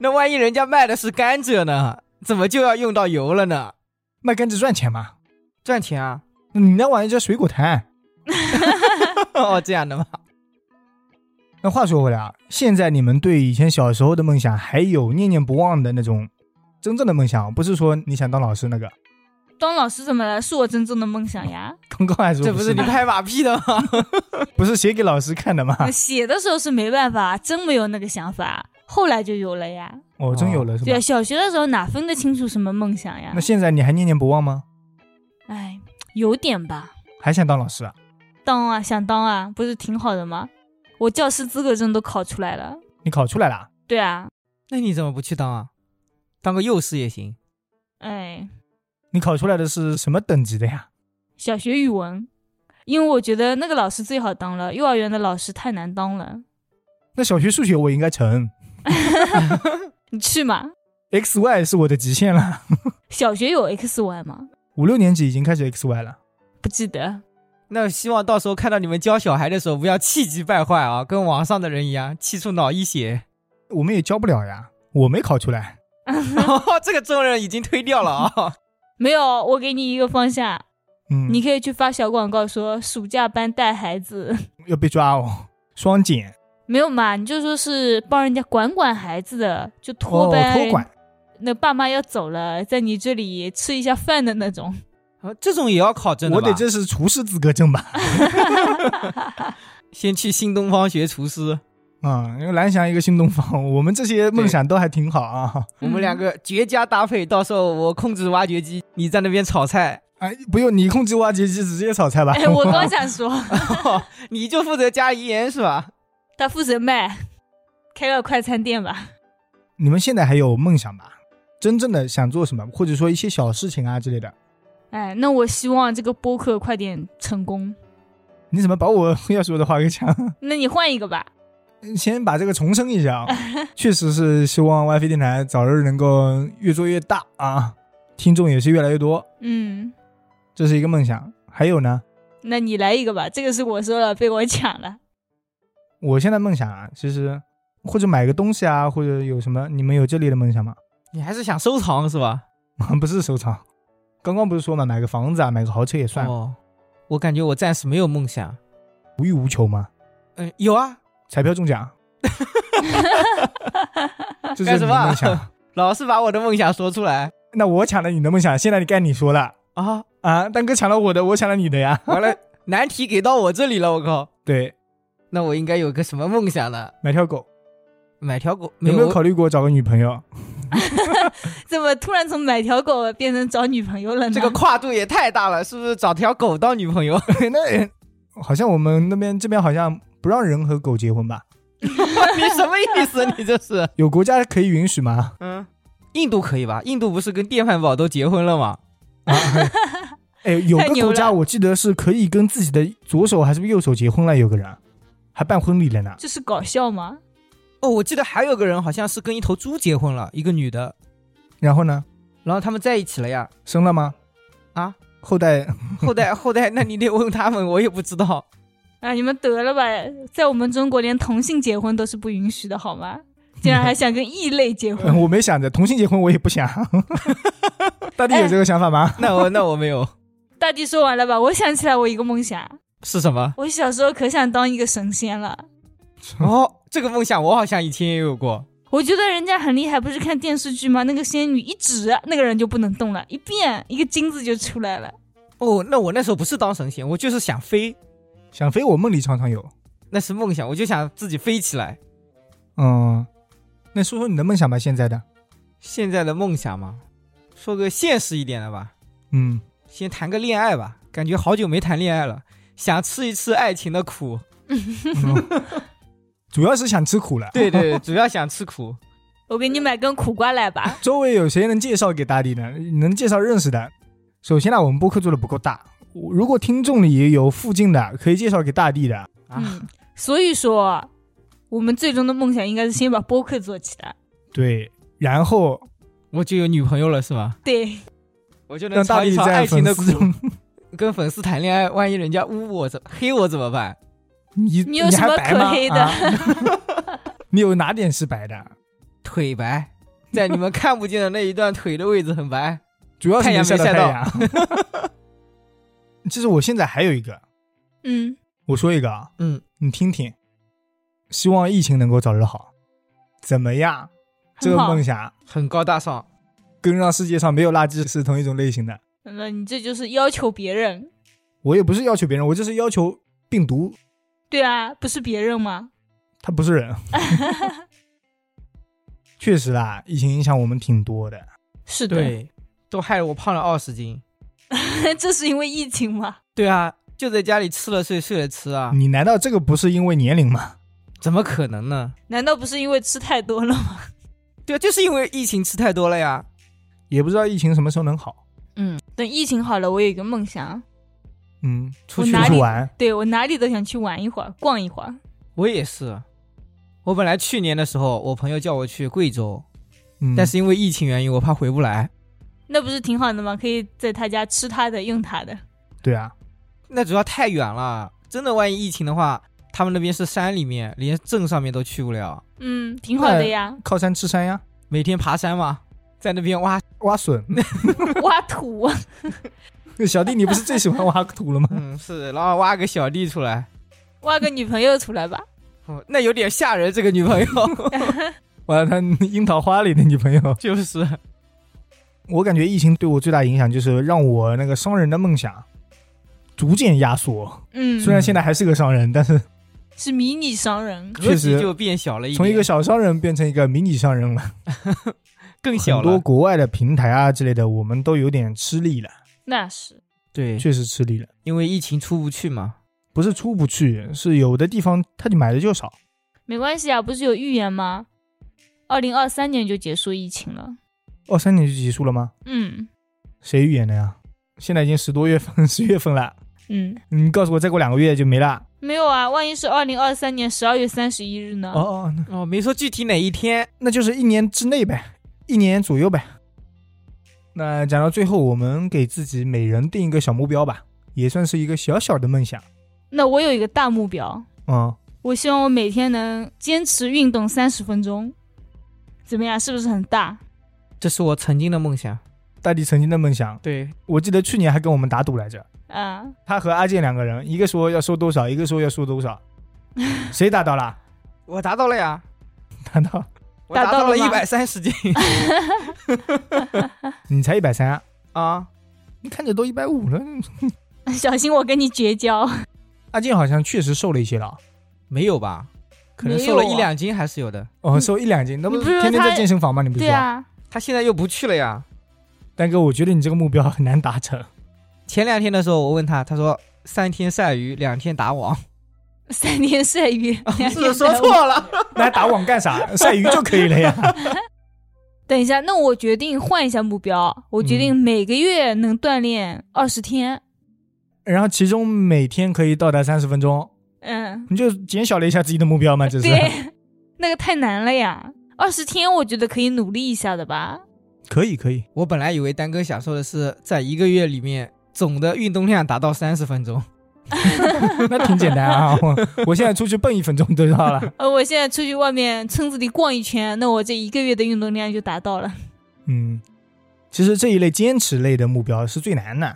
Speaker 3: 那万一人家卖的是甘蔗呢？怎么就要用到油了呢？
Speaker 1: 卖甘蔗赚钱嘛？
Speaker 3: 赚钱 *laughs* 啊！
Speaker 1: 你那玩意叫水果摊。
Speaker 3: 哦，这样的吗？
Speaker 1: 那话说回来啊，现在你们对以前小时候的梦想还有念念不忘的那种真正的梦想，不是说你想当老师那个， *laughs*
Speaker 2: 当老师怎么了？是我真正的梦想呀！
Speaker 1: 刚刚还说
Speaker 3: 这不是你
Speaker 1: 呢
Speaker 3: 拍马屁的吗？
Speaker 1: 不是写给老师看的吗？
Speaker 2: 写的时候是没办法，真没有那个想法，后来就有了呀。
Speaker 1: 哦，真有了是
Speaker 2: 对啊，
Speaker 1: 吧？
Speaker 2: 小学的时候哪分得清楚什么梦想呀
Speaker 1: 那？现在你还念念不忘吗？
Speaker 2: 哎，有点吧，
Speaker 1: 还想当老师啊？
Speaker 2: 当啊，想当啊，不是挺好的吗？我教师资格证都考出来了。
Speaker 1: 你考出来了？
Speaker 2: 对啊，
Speaker 3: *laughs* 那你怎么不去当啊？当个幼师也行。
Speaker 2: 哎，
Speaker 1: 你考出来的是什么等级的呀？
Speaker 2: 小学语文，因为我觉得那个老师最好当了，幼儿园的老师太难当了。
Speaker 1: 那小学数学我应该成
Speaker 2: 你去嘛，
Speaker 1: ，x y 是我的极限了。 *laughs*
Speaker 2: 小学有 X Y 吗？
Speaker 1: 五六年级已经开始 x y 了。
Speaker 2: 不记得。
Speaker 3: 那希望到时候看到你们教小孩的时候，不要气急败坏啊，跟网上的人一样，气出脑溢血。 *laughs*
Speaker 1: 我们也教不了呀，我没考出来。
Speaker 3: 这个重任已经推掉了啊！
Speaker 2: 没有，我给你一个方向，
Speaker 1: 嗯，
Speaker 2: 你可以去发小广告说暑假班带孩子， *laughs*
Speaker 1: 要被抓哦，双减
Speaker 2: 没有嘛？你就说是帮人家管管孩子的，就托
Speaker 1: 哦，
Speaker 2: 班、
Speaker 1: 托管。
Speaker 2: 那爸妈要走了，在你这里吃一下饭的那种。
Speaker 3: 啊 *laughs* 这种也要考证的
Speaker 1: 我
Speaker 3: 吧
Speaker 1: 得这是厨师资格证吧？
Speaker 3: 先去新东方学厨师，
Speaker 1: 啊、因为蓝翔一个新东方， *laughs* 我们这些梦想都还挺好啊。
Speaker 3: 我们两个绝佳搭配。到时候我控制挖掘机，你在那边炒菜，
Speaker 1: 哎，不用你控制挖掘机，直接炒菜吧。
Speaker 2: *laughs* 哎，我刚想说，
Speaker 3: 你就负责加盐是吧？
Speaker 2: 他负责卖，开个快餐店吧。
Speaker 1: *laughs* 你们现在还有梦想吧？真正的想做什么，或者说一些小事情啊之类的。
Speaker 2: 哎，那我希望这个播客快点成功。
Speaker 1: 你怎么把我 *laughs* 要说的话给抢？
Speaker 2: 那你换一个吧。
Speaker 1: 先把这个重申一下啊，
Speaker 3: *laughs*
Speaker 1: 确实是希望 WiFi 电台早日能够越做越大啊，听众也是越来越多，
Speaker 2: 嗯，
Speaker 1: 这是一个梦想。还有呢，
Speaker 2: 那你来一个吧。这个是我说了，被我抢了。
Speaker 1: 我现在梦想啊，其实或者买个东西啊，或者有什么，你们有这类的梦想吗？ *laughs*
Speaker 3: 你还是想收藏是吧？
Speaker 1: 不是收藏，刚刚不是说嘛，买个房子啊，买个豪车也算，
Speaker 3: 哦，我感觉我暂时没有梦想。
Speaker 1: 无欲无求嘛。
Speaker 3: 嗯，有啊，
Speaker 1: 彩票中
Speaker 3: *laughs*
Speaker 1: 奖，这是你
Speaker 3: 干什
Speaker 1: 的
Speaker 3: 么
Speaker 1: 梦想。
Speaker 3: 老是把我的梦想说出来
Speaker 1: *laughs* 那我抢了你的梦想，现在你该你说了
Speaker 3: 啊！
Speaker 1: 啊，蛋哥抢了我的，我抢了你的呀。
Speaker 3: 完了， *laughs* 难题给到我这里了，我靠！
Speaker 1: 对，
Speaker 3: 那我应该有个什么梦想呢？
Speaker 1: 买条狗，
Speaker 3: 买条狗？
Speaker 1: 有没有
Speaker 3: 我
Speaker 1: 考虑过找个女朋友？
Speaker 2: 怎么突然从买条狗变成找女朋友了呢？
Speaker 3: 这个跨度也太大了，是不是找条狗当女朋 *laughs* 友？
Speaker 1: *laughs* 那好像我们那边这边好像不让人和狗结婚吧？
Speaker 3: 你什么意思？你这是？
Speaker 1: 有国家可以允许吗？
Speaker 3: *laughs* 嗯，印度可以吧？印度不是跟电饭煲都结婚了吗？
Speaker 1: *laughs* 啊， *laughs* 哎，有
Speaker 2: 太
Speaker 1: 个
Speaker 2: 牛
Speaker 1: 国家
Speaker 2: 了
Speaker 1: 我记得是可以跟自己的左手还是右手结婚了，有个人还办婚礼了呢。
Speaker 2: 这是搞笑吗？
Speaker 3: 哦，我记得还有个人好像是跟一头猪结婚了，一个女的，
Speaker 1: 然后呢，
Speaker 3: 然后他们在一起了呀。
Speaker 1: 生了吗？
Speaker 3: 啊，
Speaker 1: 后 *laughs* 代
Speaker 3: *laughs* 后代后代，那你得问他们，我也不知道。
Speaker 2: 啊，你们得了吧！在我们中国，连同性结婚都是不允许的，好吗？竟然还想跟异类结
Speaker 3: *laughs*
Speaker 2: 婚，
Speaker 1: 我没想着同性结婚，我也不 *laughs* 想。大弟有这个想法吗？
Speaker 3: *laughs* 那我那我没有，
Speaker 2: 大地说完了吧？我想起来我一个梦想，
Speaker 3: 是什么？
Speaker 2: 我小时候可想当一个神仙了。
Speaker 3: 哦，这个梦想我好像以前也有过。
Speaker 2: 我觉得人家很厉害，不是看电视剧吗？那个仙女一指，那个人就不能动了，一变一个金子就出来了。
Speaker 3: 哦，那我那时候不是当神仙，我就是想飞，
Speaker 1: 想飞，我梦里常常有。
Speaker 3: 那是梦想，我就想自己飞起来。
Speaker 1: 嗯，那说说你的梦想吧，现在的。
Speaker 3: 现在的梦想嘛，说个现实一点的吧，
Speaker 1: 嗯，
Speaker 3: 先谈个恋爱吧，感觉好久没谈恋爱了，想吃一吃爱情的苦。
Speaker 1: *laughs* 嗯主要是想吃苦了。
Speaker 3: 对 *laughs* 对，主要想吃苦。
Speaker 2: 我给你买根苦瓜来吧。
Speaker 1: 周围有谁能介绍给大地呢？能介绍认识的？首先呢，我们播客做的不够大，我如果听众里有附近的，可以介绍给大地的。
Speaker 3: 啊
Speaker 2: 嗯，所以说，我们最终的梦想应该是先把播客做起来。
Speaker 1: 对，然后
Speaker 3: *laughs* 我就有女朋友了是吧？
Speaker 2: 对，
Speaker 3: 我就能
Speaker 1: 让大
Speaker 3: 尝一
Speaker 1: 地
Speaker 3: 尝
Speaker 1: 在
Speaker 3: 爱情
Speaker 1: 粉
Speaker 3: 的苦
Speaker 1: 丝。中，
Speaker 3: 跟粉丝谈恋爱，万一人家污我怎黑我怎么办？
Speaker 1: 你
Speaker 2: 你有什
Speaker 1: 还
Speaker 2: 么
Speaker 1: 白吗
Speaker 2: 可黑的
Speaker 1: 啊 *laughs* 你有哪点是白的？
Speaker 3: 腿白，在你们看不见的那一段腿的位置很白。
Speaker 1: 主要是
Speaker 3: 太阳
Speaker 1: 晒
Speaker 3: 没晒
Speaker 1: 太
Speaker 3: 到
Speaker 1: 阳。 *laughs* 其实我现在还有一个，
Speaker 2: 嗯，
Speaker 1: 我说一个啊，
Speaker 3: 嗯，
Speaker 1: 你听听，希望疫情能够早日好，怎么样？这个
Speaker 2: 很好
Speaker 1: 梦想
Speaker 3: 很高大上。
Speaker 1: 跟让世界上没有垃圾是同一种类型的。
Speaker 2: 那你这就是要求别人，
Speaker 1: 我也不是要求别人，我就是要求病毒，
Speaker 2: 对啊，不是别人吗？
Speaker 1: 它不是
Speaker 2: *laughs*
Speaker 1: 人。确实啦，疫情影响我们挺多的。
Speaker 2: 是的，
Speaker 3: 对，都害我胖了二十斤。
Speaker 2: *laughs* 这是因为疫情吗？
Speaker 3: 对啊，就在家里吃了睡，睡了吃啊，
Speaker 1: 你难道这个不是因为年龄吗？
Speaker 3: 怎么可能呢？
Speaker 2: 难道不是因为吃太多了吗？
Speaker 3: 对啊，就是因为疫情吃太多了呀。
Speaker 1: 也不知道疫情什么时候能好。
Speaker 2: 嗯，等疫情好了，我有一个梦想，
Speaker 1: 嗯，出
Speaker 2: 我
Speaker 1: 去
Speaker 2: 哪
Speaker 1: 出去
Speaker 2: 里
Speaker 1: 玩，
Speaker 2: 对我哪里都想去玩一会儿，逛一会儿。
Speaker 3: 我也是，我本来去年的时候，我朋友叫我去贵州，
Speaker 1: 嗯，
Speaker 3: 但是因为疫情原因，我怕回不来。
Speaker 2: 那不是挺好的吗？可以在他家吃他的，用他的。
Speaker 1: 对啊，
Speaker 3: 那主要太远了，真的，万一疫情的话，他们那边是山里面，连镇上面都去不了，
Speaker 2: 嗯，挺好的呀，
Speaker 1: 靠山吃山呀，
Speaker 3: 每天爬山嘛，在那边挖，
Speaker 1: 挖笋。
Speaker 2: *laughs*
Speaker 1: *laughs*
Speaker 2: 挖土。
Speaker 1: 小弟，你不是最喜欢挖土了吗？
Speaker 3: 嗯，是，然后挖个小弟出来，
Speaker 2: *laughs* 挖个女朋友出来吧。
Speaker 3: 哦，那有点吓人，这个女朋友
Speaker 1: 完了，他樱桃花里的女朋友。
Speaker 3: 就是
Speaker 1: 我感觉疫情对我最大影响就是让我那个商人的梦想逐渐压缩。
Speaker 2: 嗯，
Speaker 1: 虽然现在还是个商人，但是
Speaker 2: 是迷你商人，
Speaker 3: 格
Speaker 1: 确实
Speaker 3: 局就变小了一点，
Speaker 1: 从一个小商人变成一个迷你商人了。
Speaker 3: 更小
Speaker 1: 很多
Speaker 3: 了，
Speaker 1: 国外的平台啊之类的，我们都有点吃力了，
Speaker 2: 那是
Speaker 3: 对，
Speaker 1: 确实吃力了。
Speaker 3: 因为疫情出不去嘛，
Speaker 1: 不是出不去，是有的地方他就买的就少。
Speaker 2: 没关系啊，不是有预言吗？二零二三年就结束疫情了。
Speaker 1: 哦，三年就结束了吗？
Speaker 2: 嗯
Speaker 1: 谁预言的呀？现在已经十多月份， *laughs* 十月份了，
Speaker 2: 嗯，
Speaker 1: 你告诉我再过两个月就没了。
Speaker 2: 没有啊，万一是二零二三年十二月三十一日呢？
Speaker 1: 哦哦，那
Speaker 3: 哦，没说具体哪一天。
Speaker 1: 那就是一年之内呗，一年左右呗。那讲到最后，我们给自己每人定一个小目标吧，也算是一个小小的梦想。
Speaker 2: 那我有一个大目标，
Speaker 1: 嗯，
Speaker 2: 我希望我每天能坚持运动三十分钟，怎么样？是不是很大？
Speaker 3: 这是我曾经的梦想。
Speaker 1: 大地曾经的梦想，
Speaker 3: 对，
Speaker 1: 我记得去年还跟我们打赌来着，
Speaker 2: 啊， *laughs*
Speaker 1: 他和阿健两个人，一个说要收多少，一个说要收多少，谁达到了？
Speaker 3: 我达到了呀，
Speaker 1: 达到，
Speaker 3: 我达到了
Speaker 2: 达
Speaker 3: 一
Speaker 2: 到了吗
Speaker 3: 百三十斤
Speaker 1: 你才一百三，
Speaker 3: 啊！
Speaker 1: 你看着都一百五了。
Speaker 2: 小心我跟你绝交。
Speaker 1: 阿健好像确实瘦了一些了，
Speaker 3: 没有吧？可能
Speaker 2: 没
Speaker 3: 瘦了
Speaker 2: 有
Speaker 3: 一
Speaker 2: 啊
Speaker 3: 两斤还是有的。
Speaker 1: 哦，瘦一两斤，那
Speaker 2: 你不是说
Speaker 1: 天天在
Speaker 2: 他
Speaker 1: 健身房吗？你不是
Speaker 2: 对
Speaker 1: 说？
Speaker 2: 啊，
Speaker 3: 他现在又不去了呀。
Speaker 1: 丹哥，我觉得你这个目标很难达成。
Speaker 3: 前两天的时候，我问他，他说三天晒鱼，两天打网，
Speaker 2: *laughs* 三天晒鱼，两
Speaker 3: 是
Speaker 2: 天
Speaker 3: 说
Speaker 2: 晒网
Speaker 3: 错了。
Speaker 1: 那打网干啥？晒鱼就可以了呀。
Speaker 2: 等一下，那我决定换一下目标，我决
Speaker 3: 嗯
Speaker 2: 定每个月能锻炼二十天。
Speaker 1: 然后其中每天可以到达三十分钟，
Speaker 2: 嗯，
Speaker 1: 你就减小了一下自己的目标嘛，这是
Speaker 2: 对，那个太难了呀，二十天我觉得可以努力一下的吧。
Speaker 1: *laughs* 可以可以。
Speaker 3: 我本来以为丹哥想说的是，在一个月里面总的运动量达到三十分钟。
Speaker 1: 那挺简单啊，我我现在出去蹦一分钟都到了。
Speaker 2: 呃，我现在出去外面村子里逛一圈，那我这一个月的运动量就达到了。
Speaker 1: 嗯，其实这一类坚持类的目标是最难的。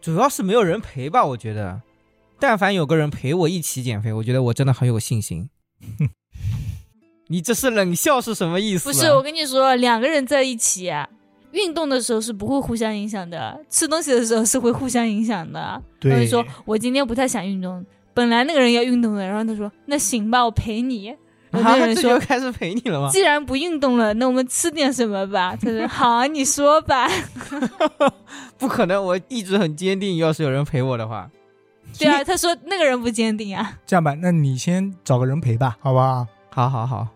Speaker 3: 主要是没有人陪吧，我觉得。但凡有个人陪我一起减肥，我觉得我真的很有信 *laughs* 心。你这是冷笑是什么意思、啊
Speaker 2: 不是，我，跟你说，两个人在一起、啊，运动的时候是不会互相影响的，吃东西的时候是会互相影响的。他
Speaker 1: 对
Speaker 2: 就，说我今天不太想运动，本来那个人要运动的，然后他说那行吧，我陪你。然后
Speaker 3: 啊
Speaker 2: 那个，人
Speaker 3: 这
Speaker 2: 说
Speaker 3: 就开始陪你了
Speaker 1: 啊
Speaker 3: 吗？
Speaker 2: 既然不运动了，那我们吃点什
Speaker 1: *laughs*
Speaker 2: 么吧？他说好，你说吧。
Speaker 3: 不可能，我一直很坚定，要是有人陪我的话，
Speaker 2: 对啊，他说那个人不坚定啊。
Speaker 1: 这样吧，那你先找个人陪吧，好不好？
Speaker 3: 好好好。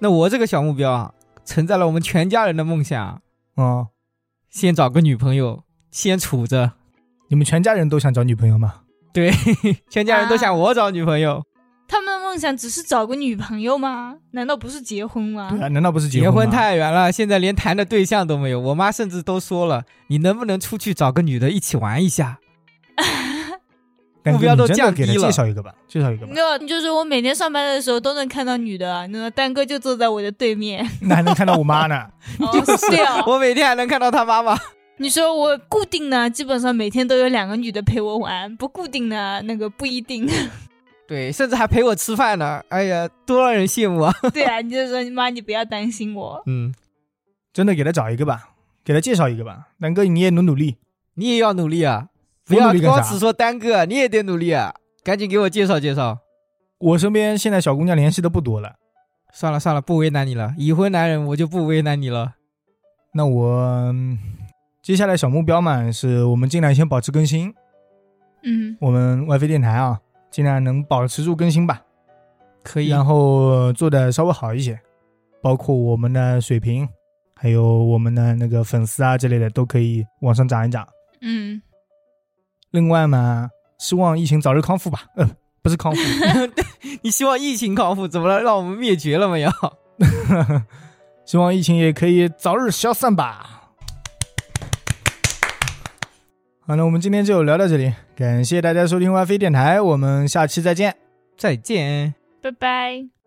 Speaker 3: 那我这个小目标啊，承载了我们全家人的梦想，啊
Speaker 1: 嗯，
Speaker 3: 先找个女朋友，先处着。
Speaker 1: 你们全家人都想找女朋友吗？
Speaker 3: 对，全家人都想我找女朋友，
Speaker 2: 他们的梦想只是找个女朋友吗？难道不是结婚吗？ *laughs*
Speaker 1: 对啊，难道不是
Speaker 3: 结
Speaker 1: 婚
Speaker 3: 婚
Speaker 1: 吗？
Speaker 3: 太远了，现在连谈的对象都没有。我妈甚至都说了，你能不能出去找个女的一起玩一下？
Speaker 1: 啊感觉
Speaker 3: 目标
Speaker 1: 你
Speaker 3: 都
Speaker 1: 真的
Speaker 3: 降
Speaker 1: 给他
Speaker 3: 低了
Speaker 1: 介绍一个吧，介绍一个
Speaker 3: *laughs*
Speaker 1: 吧
Speaker 2: 没，有，就是我每天上班的时候都能看到女的，那丹哥就坐在我的
Speaker 1: *laughs*
Speaker 2: 对面。
Speaker 1: 那还能看到我妈呢。
Speaker 2: 哦，对哦，
Speaker 3: *laughs* 我每天还能看到她妈妈。
Speaker 2: 你说我固定呢，基本上每天都有两个女的陪我玩；不固定呢，那个不一定。 *laughs*
Speaker 3: 对，甚至还陪我吃饭呢。哎呀，多让人羡慕啊！
Speaker 2: 对啊，你就说你妈，你不要担心我。
Speaker 3: *laughs* 嗯，
Speaker 1: 真的给他找一个吧，给他介绍一个吧。南哥，你也努努力，
Speaker 3: 你也要努力啊，不
Speaker 1: 我
Speaker 3: 要
Speaker 1: 努力干
Speaker 3: 光
Speaker 1: 啥
Speaker 3: 只说单个，你也得努力啊！赶紧给我介绍介绍。
Speaker 1: 我身边现在小姑娘联系的不多了，
Speaker 3: 算了算了，不为难你了。已婚男人，我就不为难你了。
Speaker 1: 那我、嗯接下来小目标嘛，是我们尽量先保持更新，
Speaker 2: 嗯，
Speaker 1: 我们 WiFi 电台啊，尽量能保持住更新吧，
Speaker 3: 可以，
Speaker 1: 然后做的稍微好一些，包括我们的水平，还有我们的那个粉丝啊之类的，都可以往上涨一涨。
Speaker 2: 嗯，
Speaker 1: 另外嘛，希望疫情早日康复吧， *laughs* 呃，不是康复，
Speaker 3: 你希望疫情康复，怎么了？让我们灭绝了没有？
Speaker 1: 希望疫情也可以早日消散吧。好，那我们今天就聊到这里，感谢大家收听 WiFi 电台，我们下期再见。
Speaker 3: 再见。
Speaker 2: 拜拜。